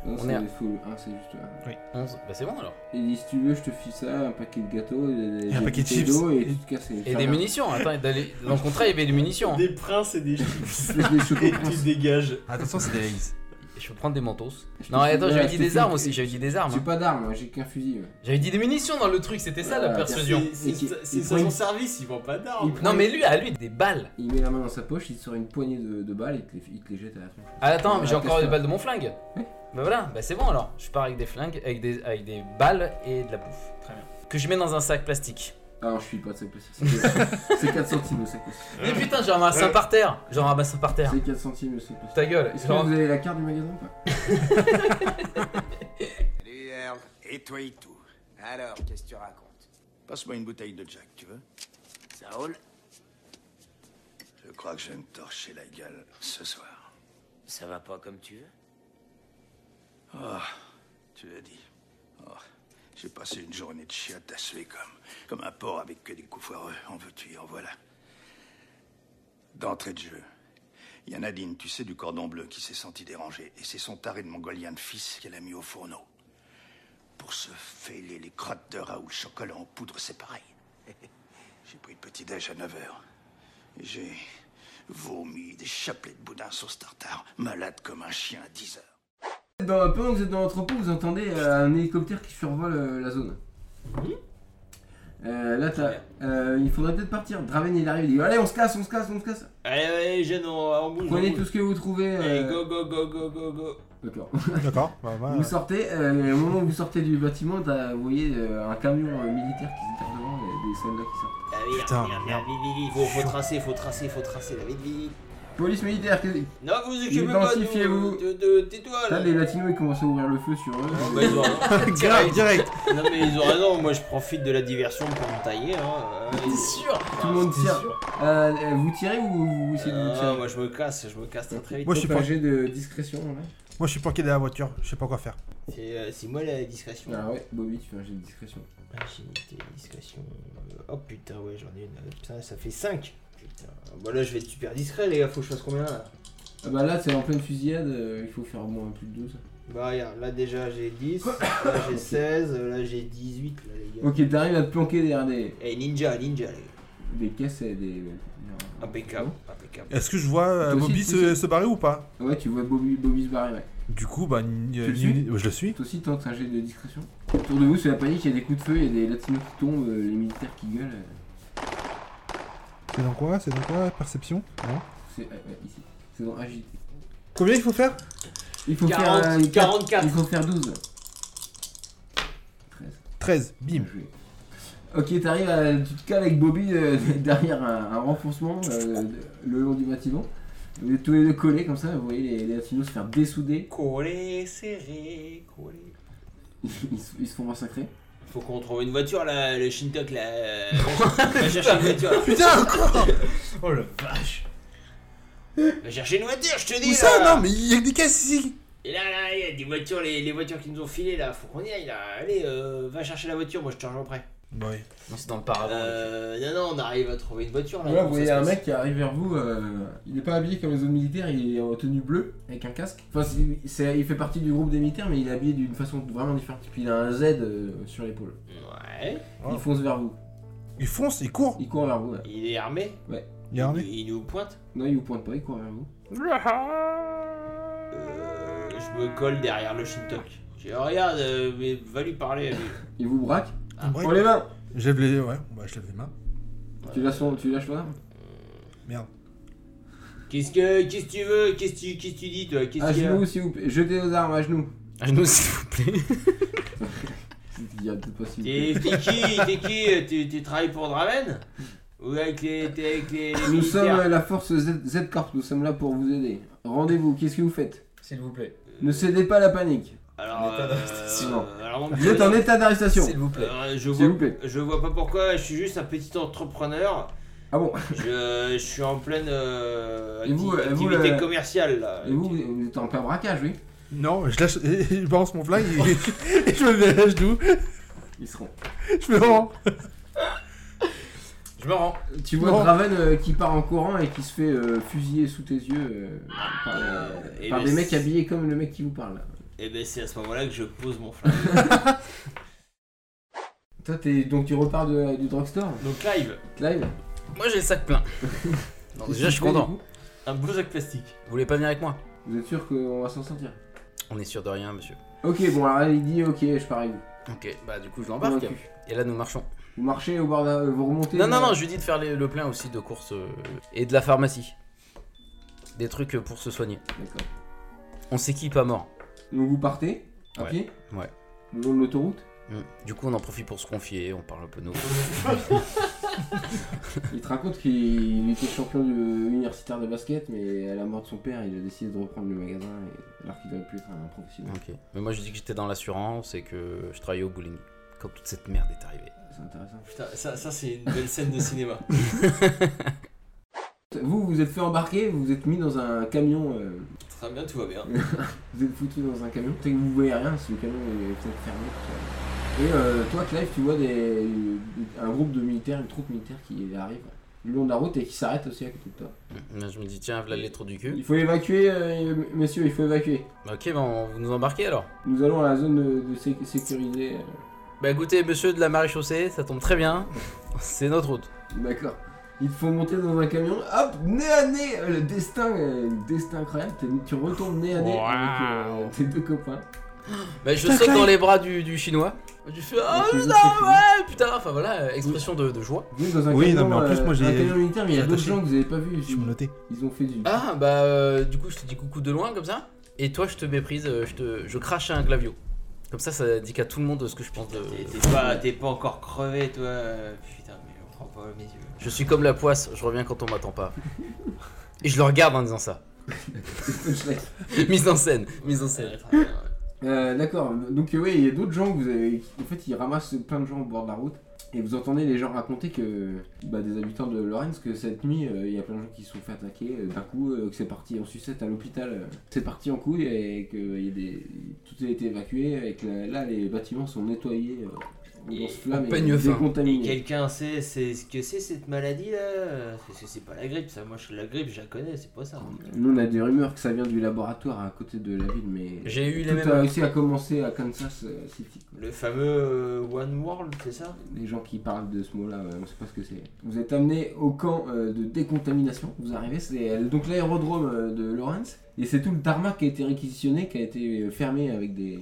S1: Non,
S5: On
S1: c'est
S5: est à-
S1: full, hein, c'est juste. là.
S5: 11, bah c'est bon alors.
S1: Et dit, si tu veux, je te file ça, un paquet de gâteaux, et,
S4: un paquet de chips.
S1: et tu te casses.
S5: Et des munitions, attends, et d'aller- dans le contrat il y avait des munitions. hein.
S2: Des princes et des chips.
S1: des
S2: et
S1: chocolats.
S2: tu dégages.
S4: Attention, c'est des
S5: Je peux prendre des mentos.
S1: Je
S5: Non,
S1: te
S5: attends,
S1: fais-
S5: j'avais
S1: ouais,
S5: dit
S1: je te
S5: des
S1: fais-
S5: armes aussi. J'avais dit des armes.
S1: J'ai
S5: hein.
S1: pas d'arme, j'ai qu'un fusil. ouais.
S5: J'avais dit des munitions dans le truc. C'était ça la
S1: Ouais,
S5: persuasion.
S1: Et qui-
S3: C'est
S1: il prend une-
S3: son service, il vend pas d'armes.
S1: il prend
S5: Non,
S1: une-
S5: mais lui, à lui, des balles.
S1: Il met la main dans sa poche, il sort une poignée de, de balles, il te, les, il te les jette à la tronche.
S5: Ah, attends, mais j'ai
S1: Ouais,
S5: encore
S1: qu'est-ce
S5: des balles de mon flingue.
S1: Oui.
S5: Bah voilà, bah c'est bon alors. Je pars avec des flingues, avec des, avec des balles et de la bouffe. Très bien. Que je mets dans un sac plastique.
S1: Ah non, je suis pas de sac plastique. C'est- C'est 4 centimes le sac plastique.
S5: Mais putain, j'en ramasse un par terre. J'en ramasse un par terre.
S1: C'est 4 centimes le sac plastique.
S5: Ta gueule.
S1: Est-ce que
S5: J'en-
S1: vous avez la carte du magasin ou pas
S8: Salut Earl, et toi et tout. Alors, qu'est-ce que tu racontes
S9: Passe-moi une bouteille de Jack, tu veux
S8: Ça roule
S9: Je crois que je vais me torcher la gueule ce soir.
S8: Ça va pas comme tu veux
S9: Oh, Tu l'as dit. Oh, J'ai passé une journée de chiottes à suer comme, comme un porc avec que des coups foireux. En veux-tu, et en voilà. D'entrée de jeu, il y a Nadine, tu sais, du cordon bleu, qui s'est sentie dérangée. Et c'est son taré de mongolien de fils qu'elle a mis au fourneau. Pour se fêler les crottes de Raoul, chocolat en poudre, c'est pareil. J'ai pris le petit-déj à 9h. Et j'ai vomi des chapelets de boudin sauce tartare, malade comme un chien à 10 heures.
S1: Dans- Pendant que vous êtes dans l'entrepôt, vous entendez euh, un hélicoptère qui survole euh, la zone. Euh, là, t'as- euh, il faudrait peut-être partir. Draven il arrive, il dit Allez, on se casse, on se casse, on se casse.
S3: Allez, allez, jeune, on on bouge. on
S1: Prenez
S3: bouge.
S1: tout ce que vous trouvez. euh,
S3: Allez, go, go, go, go, go, go.
S1: D'accord.
S4: D'accord, bah, bah,
S1: Vous sortez, euh, et au moment où vous sortez du bâtiment, t'as- vous voyez euh, un camion euh, militaire qui se tire devant, et des soldats qui sortent.
S3: Ah, merde,
S4: Putain,
S3: merde,
S4: merde.
S3: merde, vite, vite, vite. Faut, faut tracer, faut tracer, faut tracer, là, vite, vite, vite.
S1: Police militaire, qu'est-ce que-
S3: Non, vous vous occupez pas de
S1: Identifiez-vous.
S3: de- de- Tais-toi
S1: Là,
S3: là.
S1: les latinos ils commencent à ouvrir le feu sur eux.
S3: Ah, bah, ils ont raison.
S4: Grave, direct
S3: Non mais ils ont raison, moi je profite de la diversion pour me tailler. Hein. Euh,
S5: T'es sûr
S1: Tout le monde
S5: T'es
S1: tire.
S5: sûr
S1: Euh, euh, vous tirez ou vous, vous essayez de
S3: euh,
S1: tirer
S3: moi je me casse, je me casse très très vite.
S4: Moi, je suis
S1: Faites un
S4: pas-
S1: jet de discrétion hein. là.
S4: Moi, je suis planqué derrière la voiture, je sais pas quoi faire.
S3: C'est euh, c'est moi la discrétion. Ah,
S1: Ah ouais, Bobby, tu fais un jet de discrétion.
S3: Agilité, discrétion. euh, Oh putain, ouais, j'en ai une. euh, Putain, ça fait 5. Putain. Bah là, je vais être super discret, les gars. Faut que je fasse combien là
S1: Ah bah là, c'est en pleine fusillade, euh, il faut faire au moins plus de 12.
S3: Bah, regarde, là déjà j'ai 10, là j'ai 16, là j'ai 18, là les gars.
S1: Ok, t'arrives à te planquer derrière des,
S3: Eh, ninja, ninja, les gars.
S1: des caisses et des.
S3: Impeccable, impeccable.
S4: Est-ce que je vois euh,
S1: Toi aussi,
S4: Bobby
S1: tu
S4: se, se barrer ou pas
S1: Ouais, tu vois Bobby, Bobby se barrer, ouais.
S4: Du coup, bah, ni-
S1: Tu le
S4: ni-
S1: suis
S4: ni- je le suis.
S1: Toi aussi, tente un jet de discrétion. Autour de vous, c'est la panique, il y a des coups de feu, il y a des latinos qui tombent, euh, les militaires qui gueulent. euh,
S4: C'est dans quoi C'est dans quoi Perception Non.
S1: c'est euh, ouais, ici. C'est dans agité.
S4: Combien il faut faire
S1: Il faut
S3: 40,
S1: faire. euh, quatre-
S3: 44.
S1: Il faut faire 12. 13.
S4: 13,
S1: Bien
S4: bim.
S1: joué. Ok, t'arrives, à- tu te cales avec Bobby euh, derrière un, un renfoncement euh, le long du bâtiment. Vous êtes tous les deux collés comme ça, vous voyez les, les latinos se faire dessouder,
S3: Collé, serré, collé.
S1: ils, se- ils se font massacrer.
S3: Faut qu'on trouve une voiture là, le Shintok là. Va chercher une voiture. là.
S4: Putain, encore
S5: Oh la vache
S3: Va chercher une voiture, je te dis
S4: Où
S3: là.
S4: ça Non, mais il y a que des caisses ici
S3: Et là, là, il y a des voitures, les, les voitures qui nous ont filé là, faut qu'on y aille là. Allez, euh, va chercher la voiture, moi je te rejoins après.
S4: Ouais.
S5: Non, c'est dans le paravent.
S3: Euh, non, non, on arrive à trouver une voiture là.
S1: Voilà, Ah vous
S3: comment ça
S1: voyez
S3: se
S1: un
S3: passe
S1: mec qui arrive vers vous, euh, il n'est pas habillé comme les autres militaires, il est en tenue bleue, avec un casque. Enfin, c'est- c'est- il fait partie du groupe des militaires, mais il est habillé d'une façon vraiment différente. Puis il a un Z euh, sur l'épaule.
S3: Ouais,
S4: Oh.
S5: Ah.
S1: Il fonce vers vous,
S4: Il fonce, il court
S1: il court vers vous. ouais.
S3: il est armé.
S4: Il est armé
S3: Il, il nous pointe.
S1: Non, il vous pointe pas, il court vers vous.
S3: Euh, je me colle derrière le Shintok. Je dis, regarde, euh, mais va lui parler à lui.
S1: Il vous braque.
S3: Ah.
S1: Prends les mains
S4: Je lève les... Ouais, bah, je lève les mains.
S1: Tu lâches ton- tu lâches ton arme
S4: Merde.
S3: Qu'est-ce que, qu'est-ce que tu veux, qu'est-ce que, tu- qu'est-ce que tu dis toi, qu'est-ce
S1: À
S3: qu'il y a
S1: genoux, s'il Ah, vous plaît. Jetez vos armes à genoux.
S5: À genoux, s'il vous plaît.
S1: Il y a peut-être pas si.
S3: T'es t'es qui, t'es qui, tu, tu travailles pour Draven Ou avec les, t'es avec les, les
S1: Nous sommes
S3: militaires
S1: euh, la force Z, Z Corp, nous sommes là pour vous aider. Rendez-vous, qu'est-ce que vous faites
S5: S'il vous plaît.
S1: Ne cédez pas à la panique.
S3: Alors,
S5: En état d'arrestation.
S3: euh, alors, on me
S1: Vous êtes en
S3: dit-
S1: état d'arrestation.
S5: S'il vous plaît.
S3: Euh, je,
S1: S'il
S3: vois,
S1: vous plaît.
S3: je vois pas pourquoi, je suis juste un petit entrepreneur.
S1: Ah bon
S3: Je, je suis en pleine euh,
S1: Et vous,
S3: acti-
S1: et vous,
S3: activité
S1: euh,
S3: commerciale là.
S1: Et vous, vous êtes en plein braquage, oui
S4: Non, je lâche... Je balance mon flingue et, et je me mets à genoux.
S1: Ils seront.
S4: Je me rends.
S5: Je me rends.
S1: Tu vois
S4: Non.
S1: Draven euh, qui part en courant et qui se fait euh, fusiller sous tes yeux euh, par, euh,
S3: et
S1: par
S3: ben,
S1: des mecs
S3: c'est-
S1: habillés comme le mec qui vous parle. là.
S3: Et ben c'est à ce moment-là que je pose mon flingue.
S1: Toi, t'es- donc tu repars de- du drugstore
S3: Donc live,
S1: Clive
S5: Moi, j'ai le sac plein. Non,
S1: Qu'est-ce
S5: déjà,
S1: que
S5: je suis
S1: tu fais,
S5: content.
S1: du coup
S3: un beau sac plastique.
S5: Vous voulez pas venir avec moi
S1: Vous êtes sûr qu'on va s'en sortir
S5: On est sûr de rien, monsieur.
S1: Ok, bon, alors il dit ok, je pars avec vous.
S5: Ok, bah du coup, je l'embarque.
S1: Convaincu.
S5: Et là, nous marchons.
S1: Vous marchez au bord d'un- vous remontez.
S5: Non, non, non, je lui dis de faire les- le plein aussi de courses euh, et de la pharmacie. Des trucs euh, pour se soigner.
S1: D'accord.
S5: On s'équipe à mort.
S1: Donc vous partez à
S5: Ouais.
S1: pied
S5: Ouais.
S1: Le long de l'autoroute
S5: Mm. Du coup, on en profite pour se confier, on parle un peu de nous.
S1: Il te raconte qu'il était champion du- universitaire de basket, mais à la mort de son père, il a décidé de reprendre le magasin et- alors qu'il ne devait plus être un professionnel.
S5: Ok. Mais moi, je dis que j'étais dans l'assurance et que je travaillais au bowling. Quand toute cette merde est arrivée.
S1: C'est intéressant.
S3: Putain, ça, ça c'est une belle scène de cinéma.
S1: Vous, vous êtes fait embarquer, vous vous êtes mis dans un camion. euh,
S3: Très bien, tout va bien.
S1: Vous êtes foutu dans un camion, peut-être que vous voyez rien si le camion est peut-être fermé. tout ça. Et euh, toi, Clive, tu vois des, un groupe de militaires, une troupe militaire qui arrive le long de la route et qui s'arrête aussi à côté de toi.
S5: Là, je me dis, tiens, voilà les trous du
S1: Il
S5: cul.
S1: faut évacuer, euh, messieurs, il faut évacuer.
S5: Ok, bah, on, vous nous embarquez alors.
S1: Nous allons à la zone de, de sé- sécurisée. euh,
S5: Bah écoutez, monsieur de la maréchaussée, ça tombe très bien. C'est notre route.
S1: D'accord. Il te faut monter dans un camion, hop, nez à nez euh, Le destin, euh, destin incroyable, t'es- tu retombes nez à nez avec euh, tes deux copains.
S5: Bah, je saute dans les bras du, du chinois. Je fais Ah,
S1: les
S5: putain,
S1: autres, c'est
S5: ouais, putain. Enfin voilà, expression de, de joie.
S1: Vous êtes dans un
S4: Oui,
S1: camion,
S4: non, mais en plus,
S1: euh,
S4: moi,
S1: dans un
S4: j'ai-
S1: camion militaire, mais il y a
S4: j'ai
S1: d'autres
S4: attaché.
S1: gens que vous avez pas vus.
S4: Je suis menotté.
S1: Ils ont fait du.
S5: Ah, bah euh, du coup, je te dis coucou de loin comme ça. Et toi, je te méprise, euh, je, te, je crache un glavio. Comme ça, ça dit qu'à tout le monde ce que je pense de.
S3: T'es t'es pas, t'es pas encore crevé, toi. euh, Putain, mais on prend pas mes yeux.
S5: Je suis comme la poisse, je reviens quand on m'attend pas. Et je le regarde en disant ça. mise en scène, mise en scène.
S1: Euh, D'accord, donc oui, il y a d'autres gens que vous avez... En fait, ils ramassent plein de gens au bord de la route. Et vous entendez les gens raconter que bah, des habitants de Lorraine, que cette nuit, euh, il y a plein de gens qui se sont fait attaquer euh, d'un coup, euh, que c'est parti en sucette à l'hôpital, euh, c'est parti en couille et que euh, il y a des... tout a été évacué et que là, là, les bâtiments sont nettoyés euh,
S3: Et
S1: dans ce flamme
S5: en
S1: et
S5: peigne fin.
S3: Et
S1: décontaminés.
S3: quelqu'un sait c'est ce que c'est cette maladie là Parce que c'est pas la grippe, ça. Moi, je la grippe, je la connais, c'est pas ça.
S1: Nous, on a des rumeurs que ça vient du laboratoire à côté de la ville, mais
S5: J'ai eu
S1: tout
S5: les
S1: a
S5: mêmes.
S1: réussi à commencer à Kansas euh, City. quoi.
S3: Le fameux euh, One World, c'est ça
S1: Les gens qui parlent de ce mot-là, euh, on sait pas ce que c'est. Vous êtes amené au camp euh, de décontamination. Vous arrivez, c'est euh, donc l'aérodrome euh, de Lawrence. Et c'est tout le tarmac qui a été réquisitionné, qui a été euh, fermé avec des,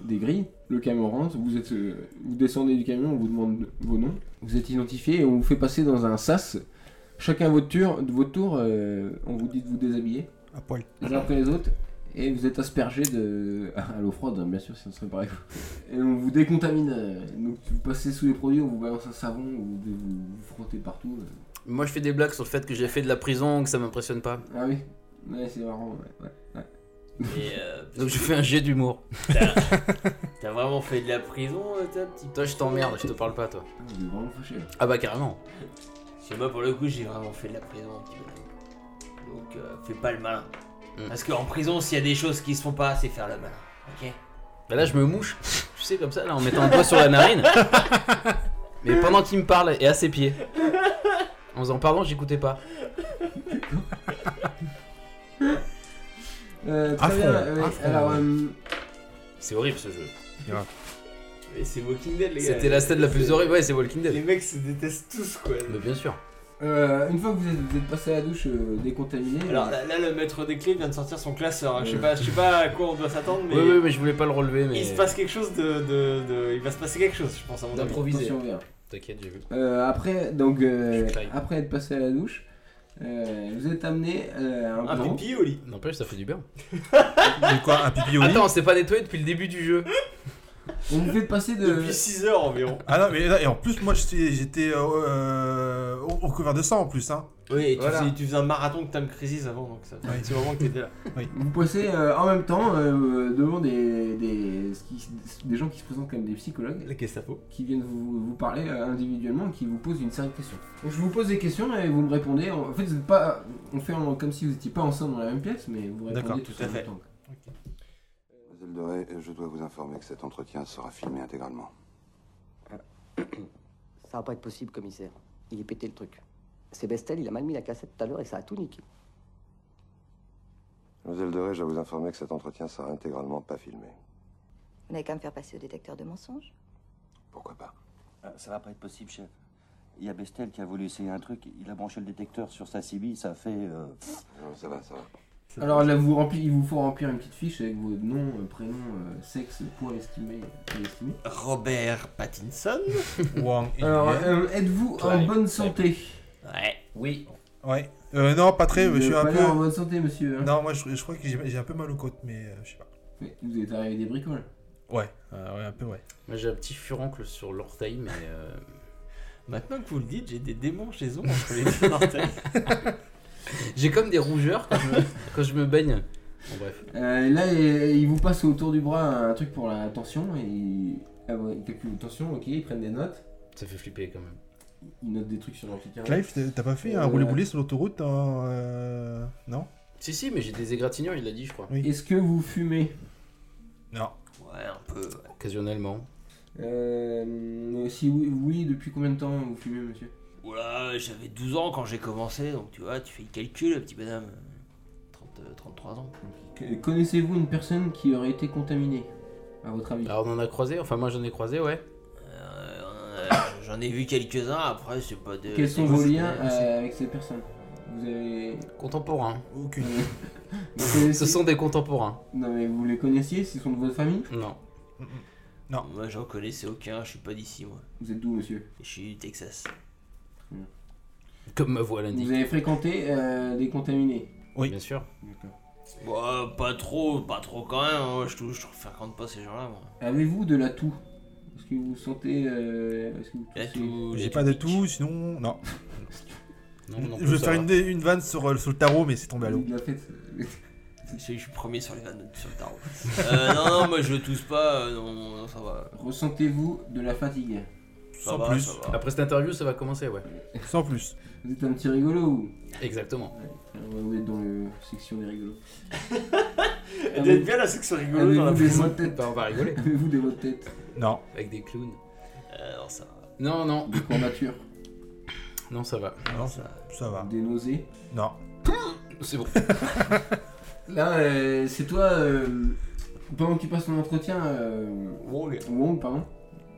S1: des grilles. Le camion rentre, vous, êtes, euh, vous descendez du camion, on vous demande vos noms. Vous êtes identifié et on vous fait passer dans un sas. Chacun votre tour, votre tour euh, on vous dit de vous déshabiller,
S4: À poil.
S1: les uns après les autres. Et vous êtes aspergé de... à l'eau froide, hein, bien sûr, sinon ce serait pareil. Et on vous décontamine. euh, Donc vous passez sous les produits, on vous balance un savon, vous vous, vous frottez partout. euh.
S5: Moi, je fais des blagues sur le fait que j'ai fait de la prison, que ça m'impressionne pas.
S1: Ah oui, ouais, c'est marrant. ouais, ouais.
S3: Et euh,
S5: Donc, je fais un jet d'humour.
S3: t'as vraiment fait de la prison, euh, toi, petit
S5: Toi, je t'emmerde, je te parle pas, toi.
S1: Ah, Vous êtes vraiment fâché. là.
S5: Ah, bah, carrément.
S3: Parce que moi, pour le coup, j'ai vraiment fait de la prison, petit bonhomme. Donc, euh, fais pas le malin.
S5: Mm.
S3: Parce qu'en prison, s'il y a des choses qui se font pas, c'est faire le malin. Ok
S5: Bah, là, je me mouche, tu sais, comme ça, là, en mettant un doigt sur la narine. Mais pendant qu'il me parle, et à ses pieds. En faisant pardon, j'écoutais pas.
S1: Euh, très
S4: Affront,
S1: bien. euh, oui,
S4: affront,
S1: alors,
S4: ouais.
S1: euh,
S5: C'est horrible ce jeu.
S3: Et c'est Walking Dead, les gars.
S5: C'était la scène la plus horrible, ouais, euh, c'est Walking
S3: Les
S5: Dead.
S3: mecs se détestent tous, quoi.
S5: Mais bien sûr.
S1: euh, une fois que vous êtes, vous êtes passé à la douche euh, décontaminé,
S3: Alors
S1: euh,
S3: là, là, le maître des clés vient de sortir son classeur. hein. Je, sais pas, je sais pas à quoi on doit s'attendre, mais,
S5: Oui, oui, mais je voulais pas le relever, mais.
S3: il se passe quelque chose de, de- de- Il va se passer quelque chose, je pense, à mon avis.
S5: d'improviser.
S1: attention, on verra.
S5: T'inquiète, j'ai vu.
S1: Euh, après, donc, euh,
S5: Je suis Clive.
S1: après être passé à la douche, euh, vous êtes amené euh, à un,
S3: Un
S1: bureau.
S3: pipi au lit.
S5: N'empêche, ça fait du bien.
S4: Mais quoi, un pipi au lit
S5: Attends, c'est pas nettoyé depuis le début du jeu.
S1: On vous fait passer de.
S3: Depuis 6 heures environ.
S4: Ah non, mais là, et en plus, moi, j'étais j'étais, euh, au, au couvert de sang en plus, hein.
S3: Oui, et tu,
S5: Voilà.
S3: faisais, tu faisais un marathon de Time Crisis avant, donc ça fait
S4: Oui.
S3: un petit moment que t'étais là.
S1: Vous passez euh, en même temps euh, devant des, des, ce qui- des gens qui se présentent comme des psychologues
S3: La Gestapo.
S1: qui viennent vous, vous parler euh, individuellement, qui vous posent une série de questions. Donc, je vous pose des questions et vous me répondez. En fait, vous êtes pas, on fait en- comme si vous n'étiez pas ensemble dans la même pièce, mais vous
S4: D'accord,
S1: répondez tous
S3: tout à
S1: en même
S3: fait.
S1: temps.
S9: Mademoiselle Doré, je dois vous informer que cet entretien sera filmé intégralement.
S7: Ça va pas être possible, commissaire. Il est pété le truc. C'est Bestel, il a mal mis la cassette tout à l'heure et ça a tout niqué.
S9: Mademoiselle Doré, je dois vous informer que cet entretien sera intégralement pas filmé.
S10: Vous n'avez qu'à me faire passer au détecteur de mensonges.
S9: Pourquoi pas
S8: Ah, Ça va pas être possible, chef. Il y a Bestel qui a voulu essayer un truc, il a branché le détecteur sur sa CB, ça a fait... euh,
S9: Non, ça va, ça va.
S1: Alors là, vous rempli- il vous faut remplir une petite fiche avec vos noms, euh, prénoms, euh, sexe, poids estimé, poids estimé.
S3: Robert Pattinson
S4: Wang Yi.
S1: Alors, euh, êtes-vous
S5: Toi,
S1: en
S5: oui.
S1: bonne santé
S3: Ouais.
S5: Oui.
S4: Ouais. Euh, non, pas très,
S1: Vous
S4: je suis
S1: avez
S4: un
S1: pas l'air en
S4: peu.
S1: bonne santé, monsieur. hein.
S4: Non, moi je, je crois que j'ai j'ai un peu mal aux côtes, mais euh, je sais pas.
S1: Mais Vous êtes arrivé des bricoles.
S4: Ouais, euh, ouais, un peu, ouais.
S5: Moi j'ai un petit furoncle sur l'orteil, mais. euh,
S3: Maintenant que vous le dites, j'ai des démangeaisons entre les deux orteils.
S5: J'ai comme des rougeurs quand je me, quand je me baigne. Bon, bref.
S1: Euh, et là, il il vous passe autour du bras un truc pour la tension et il, ah ouais, il calcule vos tensions, ok, ils prennent des notes.
S5: Ça fait flipper quand même.
S1: Ils notent des trucs sur leur petit carnet.
S4: Clive, t'as- t'as pas fait un
S1: Euh,
S4: roulé-boulé sur l'autoroute en, euh, Non
S5: Si, si, mais j'ai des égratignures, il l'a dit, je crois.
S1: Est-ce que vous fumez
S4: Non.
S3: Ouais, un peu. ouais.
S5: Occasionnellement.
S1: Euh, Si oui, oui, depuis combien de temps vous fumez, monsieur
S3: Oula, j'avais 12 ans quand j'ai commencé, donc tu vois, tu fais le calcul, le petit bonhomme. 30, euh, 33 ans.
S1: Que- Euh, Connaissez-vous une personne qui aurait été contaminée, à votre avis
S5: Alors on en a croisé, enfin moi j'en ai croisé, ouais.
S3: Euh, J'en ai vu quelques-uns, après, c'est pas de.
S1: Quels sont
S3: des-
S1: vos liens euh, avec ces personnes Vous avez.
S5: Contemporains.
S4: Aucune.
S1: Vous connaissez-
S5: Ce sont des contemporains.
S1: Non mais vous les connaissiez, s'ils sont de votre famille
S5: Non.
S4: Non.
S3: Moi, j'en connaissais aucun, je suis pas d'ici, moi.
S1: Vous êtes d'où, monsieur
S3: Je suis du Texas.
S5: Comme ma voix
S1: Vous
S5: l'indique.
S1: avez fréquenté euh, des contaminés
S4: Oui.
S5: Bien sûr.
S3: Bah, pas trop, pas trop quand même, hein, moi, je, tou- je fréquente pas ces gens-là, moi.
S1: Avez-vous de la toux Est-ce que vous sentez... euh, Est-ce que vous
S3: Là,
S1: toussez
S3: tout-
S4: J'ai
S3: j'ai
S4: pas de
S3: pic.
S4: tout, sinon. Non.
S5: Non, non
S4: je
S5: plus,
S4: veux
S5: ça
S4: faire
S5: va.
S4: une, une vanne sur, euh, sur le tarot, mais c'est tombé à l'eau.
S1: De la fête
S3: Je suis je suis premier sur les vannes sur le tarot. Euh, non, non, moi je tousse pas, euh, non, non, ça va.
S1: Ressentez-vous de la fatigue
S3: Ça
S4: Sans
S3: va,
S4: plus.
S3: ça va.
S5: Après cette interview, ça va commencer, ouais.
S4: Sans plus.
S1: Vous êtes un petit rigolo ou
S5: Exactement.
S1: Ouais, Vous êtes dans la section des rigolos.
S3: Il y a bien la section rigolo dans la
S1: Avez-vous des
S3: prison.
S1: maux de tête
S5: Bah, on va rigoler.
S1: Avez-vous des maux de tête
S4: Non.
S5: Avec des clowns.
S3: Euh, non, ça va.
S5: Non, non.
S1: Des courbatures
S5: Non, ça va.
S4: Non, ça va.
S1: Des nausées
S4: Non.
S5: C'est bon.
S1: Là, euh, c'est toi... euh, pendant que tu passes ton entretien... euh,
S3: Wong.
S1: Wong, pardon.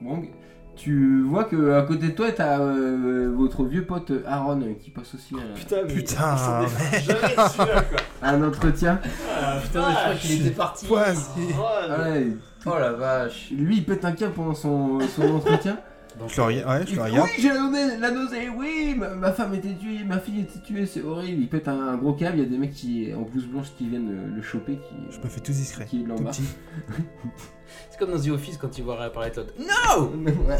S1: Wong. Tu vois que à côté de toi, t'as euh, votre vieux pote Aaron euh, qui passe aussi à-
S3: Putain, mais.
S4: Putain,
S3: ils sont des- Jamais celui-là, quoi.
S1: à un entretien.
S3: Ah,
S5: Putain, mais je crois qu'il était parti.
S4: Vas-y.
S3: Ouais,
S1: Ouais,
S5: Oh la vache.
S1: lui, il pète un câble pendant son, son entretien.
S4: Je le regarde. Ouais, je
S1: Il
S4: le
S1: fait,
S4: regarde.
S1: oui, j'ai la nausée, la nausée, oui, ma, ma femme était tuée, ma fille était tuée, c'est horrible. Il pète un, un gros câble, il y a des mecs qui, en blouse blanche qui viennent euh, le choper,
S4: Je
S1: qui,
S4: me fais tout discret.
S1: qui
S4: Tout
S1: l'embarquent.
S4: petit.
S5: C'est comme dans The Office quand il voit réapparaître l'autre.
S1: Ouais.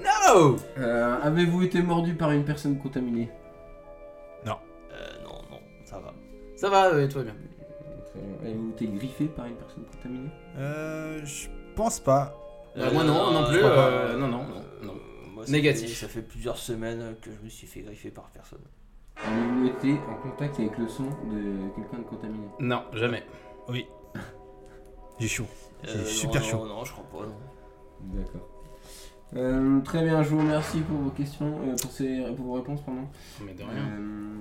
S5: No
S1: Euh, Avez-vous été mordu par une personne contaminée
S3: Euh, non, non, ça va.
S5: Ça va, euh, tout va bien.
S1: Euh, Avez-vous été griffé par une personne contaminée
S4: Euh, je pense pas.
S5: Euh, moi non, non plus.
S4: crois pas.
S5: euh, non, non, non, non.
S3: Euh, moi, ça
S5: Négatif.
S3: fait- ça fait plusieurs semaines que je me suis fait griffer par personne.
S1: Avez-vous été en contact avec le son de quelqu'un de contaminé
S5: Non, jamais.
S4: Oui. J'ai chaud. C'est
S3: non,
S4: super
S3: Euh, non,
S4: chaud.
S3: Non, je crois pas, non.
S1: D'accord. Euh, très bien, je vous remercie pour vos questions, euh, pour, ces, pour vos réponses, pardon.
S5: Mais de rien.
S1: Euh,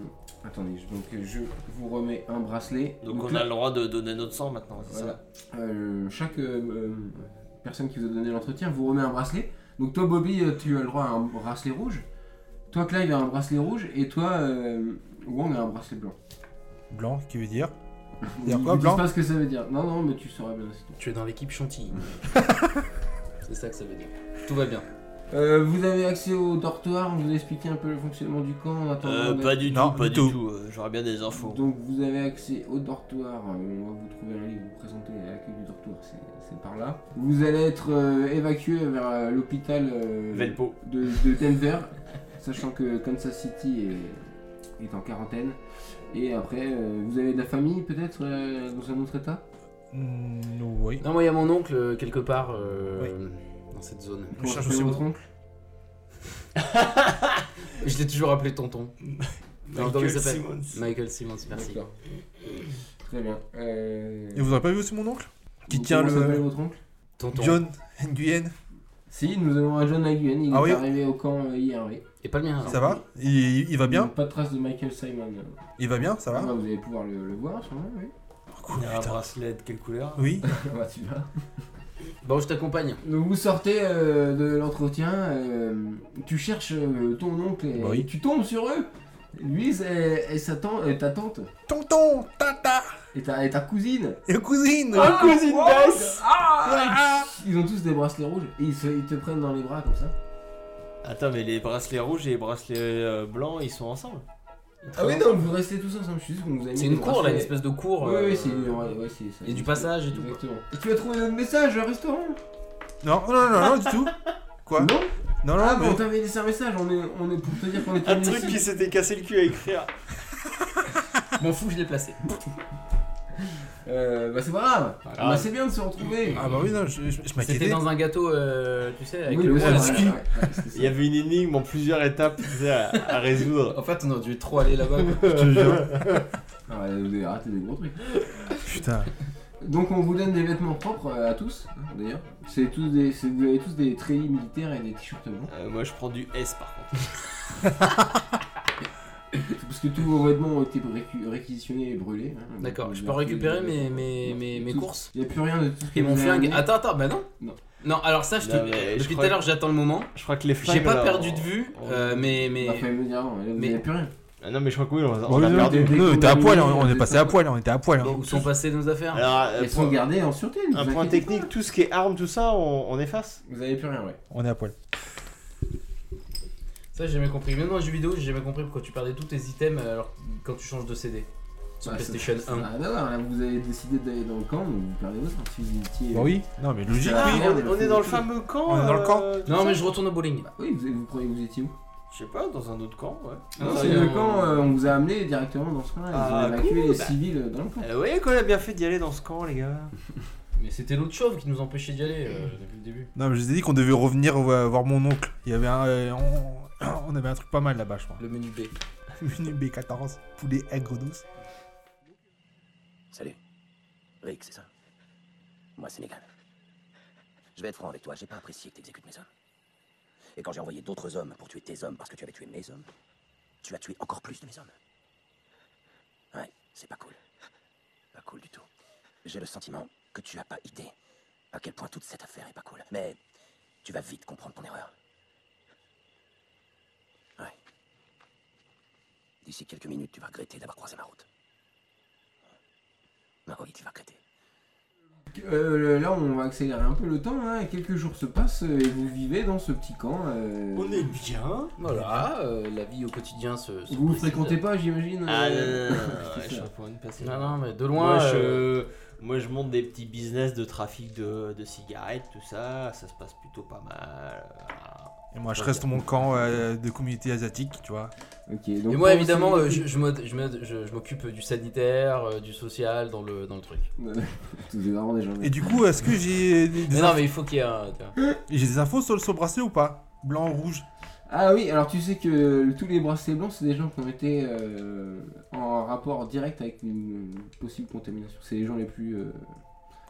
S1: attendez, je- donc euh, je vous remets un bracelet.
S3: Donc on
S1: là,
S3: a le droit de donner notre sang maintenant, c'est
S1: voilà. Euh, chaque euh, euh, personne qui vous a donné l'entretien vous remet un bracelet. Donc toi, Bobby, euh, tu as le droit à un bracelet rouge. Toi, Clive, a un bracelet rouge. Et toi, euh, Wang, a un bracelet blanc.
S4: Blanc, qui veut dire
S1: Je
S4: quoi, blanc
S1: pas ce que ça veut dire. Non, non, mais tu sauras bien. c'est tout.
S5: Tu es dans l'équipe Chantilly. C'est ça que ça veut dire. Tout va bien.
S1: Euh, vous avez accès au dortoir, on vous a expliqué un peu le fonctionnement du camp en
S3: ça
S1: attendant.
S3: Euh,
S1: d'être-
S3: pas du
S4: Non,
S3: tout, pas
S4: du
S3: du
S4: tout.
S3: tout. euh, J'aurais bien des infos.
S1: Donc vous avez accès au dortoir, Euh, on va vous trouver un livre, vous présenter à l'accueil du dortoir, c'est c'est par là. Vous allez être euh, évacué vers euh, l'hôpital euh,
S3: Velpo.
S1: de, de Denver, sachant que Kansas City est, est en quarantaine. Et après, euh, vous avez de la famille peut-être euh, dans un autre état
S4: Mm, Oui.
S5: Non, moi, il y a mon oncle euh, quelque part euh, dans cette zone.
S1: Pour
S4: cherche
S1: retrouver
S4: aussi
S1: votre oncle
S5: Je l'ai toujours appelé tonton. Non, comment il s'appelle
S3: Simmons.
S5: Michael Simmons, merci.
S1: D'accord. Très bien. Euh,
S4: Et vous aurez pas vu aussi mon oncle Qui
S1: vous-
S4: tient
S1: comment s'appelle
S4: le.
S1: votre oncle
S5: Tonton.
S4: John Nguyen.
S1: Si, nous avons un John Nguyen, il
S4: Ah
S1: est
S4: oui
S1: arrivé au camp euh, hier. oui.
S5: Et pas le mien. hein. alors.
S4: Ça va il, il va bien
S1: Pas de trace de Michael Simon.
S4: Il va bien Ça
S1: Ah bah,
S4: va
S1: vous allez pouvoir le, le voir sûrement, oui.
S4: Cool,
S3: Il a un
S4: putain.
S3: bracelet de quelle couleur
S4: Oui.
S1: Ah bah, tu vas.
S5: Bon, je t'accompagne.
S1: Donc vous sortez euh, de l'entretien, euh, tu cherches euh, ton oncle et,
S4: Bah oui.
S1: et tu tombes sur eux. Lui, c'est- et sa tante, et ta tante,
S4: Tonton, tata,
S1: et ta, et ta cousine,
S4: et cousine.
S1: Ah, cousine
S3: wow.
S1: d'As
S4: Ah,
S1: ils ont tous des bracelets rouges et ils, se- ils te prennent dans les bras comme ça.
S3: Attends, mais les bracelets rouges et les bracelets euh, blancs, ils sont ensemble. Ils
S1: Ah oui,
S3: travaillent
S1: non, vous restez tous ensemble, je suis sûr qu'on vous a mis.
S5: C'est une
S1: des
S5: cour là, une
S1: bracelets.
S5: espèce de cour.
S1: Oui,
S5: euh,
S1: oui, c'est. ouais, ouais, c'est- c'est-
S5: Il y a du passage et tout.
S1: Exactement. Et tu as trouvé notre message, un restaurant
S4: Non, non, non, non, du tout. Quoi
S1: Non
S4: Non, non,
S1: Ah
S4: mais-
S1: bon, t'avais laissé un message, on est, on est pour te dire qu'on est
S2: Un truc qui s'était cassé le cul à écrire.
S5: M'en fous, je l'ai placé.
S1: Euh, bah c'est pas grave,
S2: Pas
S5: Ah.
S2: grave.
S1: bah, c'est bien de se retrouver.
S4: Ah bah oui, non, je, je- je
S5: C'était
S4: m'inquiétais.
S5: dans un gâteau, euh, tu sais, avec
S1: Oui,
S5: le
S1: oui,
S5: roi,
S1: c'est
S5: là.
S1: vrai, ouais, ouais, c'était ça.
S2: Il y avait une énigme en plusieurs étapes tu sais, à, à résoudre.
S5: En fait, on aurait dû trop aller là-bas. quoi.
S4: Je te jure.
S1: Ah, ouais, vous avez raté des gros trucs.
S4: Putain.
S1: Donc on vous donne des vêtements propres euh, à tous, hein, d'ailleurs. C'est tous des, c'est- vous avez tous des treillis militaires et des t-shirts blancs.
S3: Euh, moi, je prends du S par contre.
S1: C'est Parce que tous vos vêtements ont été récu- réquisitionnés et brûlés. hein. Donc,
S5: D'accord,
S1: vous
S5: je peux
S1: avez
S5: récupérer
S1: tous-
S5: mes, mes, mes, mes
S1: Tous-
S5: courses
S1: Il n'y a plus rien de tout ce que
S5: et mon
S1: vous avez
S5: flingue.
S1: amené.
S5: Attends, attends, bah non.
S1: Non.
S5: Non, alors ça, je te-
S2: Non, mais je
S5: depuis tout
S2: crois
S5: à
S2: que-
S5: l'heure, j'attends le moment.
S2: Je crois que les flingues.
S5: J'ai pas
S2: là,
S5: perdu
S2: on-
S5: de vue,
S2: on-
S5: euh, mais.
S1: Bah,
S5: mais...
S1: fallait me le dire avant, là, vous
S5: mais-
S1: n'avez plus rien.
S2: Ah non, mais je crois que oui, on, on
S4: Bon,
S2: a
S4: oui, non,
S2: perdu.
S1: des-
S4: non, t'es à
S1: des-
S4: poil, hein, on
S1: des-
S4: est passé à poil, on était à poil. hein.
S5: mais où sont passées nos affaires
S2: Alors, euh,
S1: Elles
S2: point-
S1: sont gardées en sûreté. ne
S2: un
S1: vous
S2: point
S1: inquiétez
S2: technique, tout ce qui est armes, tout ça, on, on efface.
S1: pas. Vous n'avez plus rien, ouais.
S4: On est à poil.
S5: Ça, j'ai jamais compris. Même dans les jeux vidéo, j'ai jamais compris pourquoi tu perdais tous tes items euh, alors, quand tu changes de CD. Sur
S1: Bah,
S5: PlayStation
S1: c'est-
S5: 1.
S1: Ah, d'accord, là vous avez décidé d'aller dans le camp, donc vous perdez vos sorts. Si vous étiez.
S4: Bah oui, non, mais logique.
S1: Ah,
S2: oui,
S1: merde,
S2: on, on
S1: faut
S2: est dans le
S1: tout.
S2: fameux camp.
S4: On est dans le camp.
S2: euh, tout
S5: Non,
S2: ça.
S5: mais je retourne au bowling.
S1: Bah oui, vous, vous, prenez- vous étiez où
S3: Je sais pas, dans un autre camp, ouais.
S5: Ah,
S1: Non,
S5: ça
S1: c'est
S5: y est,
S1: le
S5: on-
S1: camp, euh, on vous a amené directement dans ce camp-là. Ils
S2: Ah,
S1: ont évacué
S2: cool,
S1: les
S2: bah.
S1: civils dans le camp.
S3: Euh, vous voyez qu'on a bien fait d'y aller dans ce camp, les gars.
S5: Mais c'était l'autre chauve qui nous empêchait d'y aller euh, depuis le début.
S4: Non, mais je vous ai dit qu'on devait revenir vo- voir mon oncle. Il y avait un. euh, on... on avait un truc pas mal là-bas, je crois.
S5: Le menu B.
S4: Menu B14, poulet aigre douce.
S7: Salut. Rick, c'est ça Moi, Sénégal. Je vais être franc avec toi, j'ai pas apprécié que t'exécutes mes hommes. Et quand j'ai envoyé d'autres hommes pour tuer tes hommes parce que tu avais tué mes hommes, tu as tué encore plus de mes hommes. Ouais, c'est pas cool. Pas cool du tout. J'ai le sentiment que tu as pas idée à quel point toute cette affaire est pas cool. Mais tu vas vite comprendre ton erreur. Ouais. D'ici quelques minutes, tu vas regretter d'avoir croisé ma route. Ah oui, tu vas regretter.
S1: Euh, là, on va accélérer un peu le temps. hein. Quelques jours se passent euh, et vous vivez dans ce petit camp. euh,
S3: On est bien.
S5: Voilà, euh, la vie au quotidien se. se
S1: Vous vous
S5: précise.
S1: fréquentez pas, j'imagine
S3: Ah non,
S1: euh,
S3: non, non, non, ouais,
S1: C'est
S3: je
S1: ça.
S3: suis pas une passer.
S5: Non, non, mais de
S3: Moi,
S5: loin. euh,
S3: je, moi, je monte des petits business de trafic de, de cigarettes, tout ça. Ça se passe plutôt pas mal. Voilà.
S4: Et moi, je reste dans mon camp euh, de communauté asiatique, tu vois.
S1: Ok, donc
S5: Et moi,
S1: quand
S5: évidemment,
S1: vous-
S5: euh, je, je m'od- je m'od- je- je m'occupe du sanitaire, euh, du social, dans le, dans le truc.
S1: Vous êtes vraiment des gens.
S4: Et du coup, est-ce que j'ai des,
S5: Mais
S4: des
S5: non,
S4: inf-
S5: mais il faut qu'il y ait un. tu vois.
S4: j'ai des infos sur le sur bracelet ou pas Blanc, rouge.
S1: Ah oui, alors tu sais que tous les bracelets blancs, c'est des gens qui ont été euh, en rapport direct avec une possible contamination. C'est les gens les plus euh,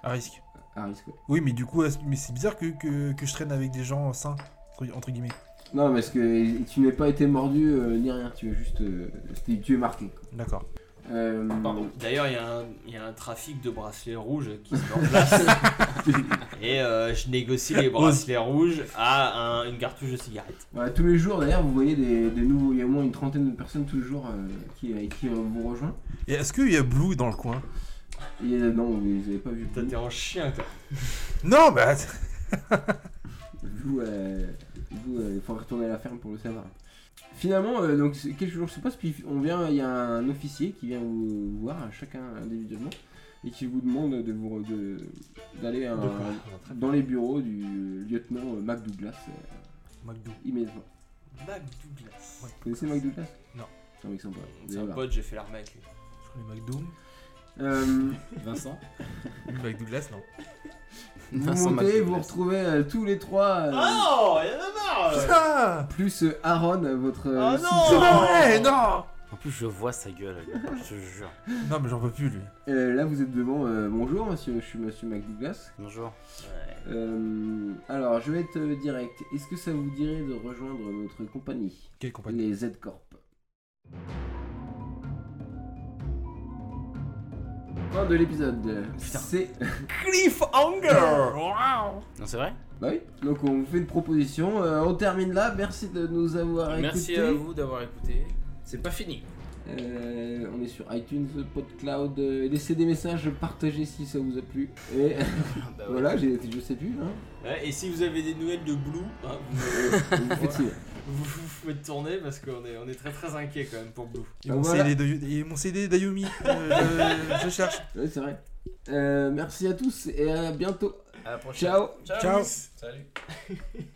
S4: À risque.
S1: à risque. ouais.
S4: Oui, mais du coup, est-ce- mais c'est bizarre que, que, que je traîne avec des gens sains, entre- entre guillemets.
S1: Non, parce que tu n'as pas été mordu euh, ni rien, tu es juste. euh, c'était- tu es marqué. quoi.
S4: D'accord.
S1: Euh,
S3: Pardon. D'ailleurs, il y a un- il y, a un trafic de bracelets rouges qui se met en place. et euh, je négocie les bracelets rouges à un- une cartouche de cigarette.
S1: Voilà, tous les jours, d'ailleurs, vous voyez des, des nouveaux. Il y a au moins une trentaine de personnes tous les jours euh, qui, qui euh, vous rejoignent.
S4: Et est-ce qu'il y a Blue dans le coin
S1: Et euh, non, vous n'avez pas vu.
S3: Toi, t'es en chien, toi.
S4: Non, bah.
S1: Vous, euh, vous, euh, il faudra retourner à la ferme pour le savoir. Finalement, euh, donc c'est- quelques jours se passent, puis on vient, il y a un officier qui vient vous voir euh, chacun individuellement et qui vous demande de vous re- de- d'aller à un- dans les bureaux du lieutenant euh, Mac Douglas euh,
S4: McDo.
S1: immédiatement.
S3: Mac Douglas.
S1: Vous connaissez Mac Douglas
S4: Non.
S1: C'est un mec sympa. vous
S3: C'est
S1: allez
S3: un
S1: voir.
S3: pote, j'ai fait l'armée avec lui.
S4: Je connais McDo.
S1: Euh,
S5: Vincent
S4: McDouglas, non.
S1: vous
S5: Vincent
S1: montez, vous
S5: McDouglas.
S1: retrouvez euh, tous les trois, euh,
S3: Oh, il y en
S1: Ah
S3: a marre
S4: Putain
S1: plus euh, Aaron, votre euh,
S3: Ah
S1: soutien.
S4: C'est
S3: non
S4: pas vrai, non
S5: En plus, je vois sa gueule, je te jure.
S4: Non, mais j'en peux plus, lui.
S1: Euh, Là, vous êtes devant. euh, bonjour, monsieur, je suis monsieur Mac Douglas.
S5: Bonjour.
S3: Ouais.
S1: Euh, alors, je vais être euh, direct. Est-ce que ça vous dirait de rejoindre notre compagnie,
S4: Quelle compagnie
S1: les Z Corp Fin de l'épisode. C'est.
S2: Cliffhanger
S5: Non, c'est vrai
S1: Bah oui. Donc, on vous fait une proposition. Euh, on termine là. Merci de nous avoir
S5: Merci
S1: écoutés.
S5: à vous d'avoir écouté. C'est pas fini.
S1: Euh, on est sur iTunes, PodCloud. euh, laissez des messages, partagez si ça vous a plu. Et
S5: Bah ouais.
S1: voilà, j'ai- je sais plus. Hein. Euh,
S3: Ouais, et si vous avez des nouvelles de Blue, hein, vous,
S1: Vous faites signe.
S3: vous, vous faites tourner parce qu'on est, on est très très inquiet quand même pour Blue.
S4: Et mon
S1: Voilà.
S4: CD d'Ayu- et mon CD d'Ayumi. Euh, je- je cherche.
S1: Ouais, c'est vrai. Euh, merci à tous et à bientôt.
S5: À la prochaine.
S1: Ciao.
S4: Ciao.
S5: Salut.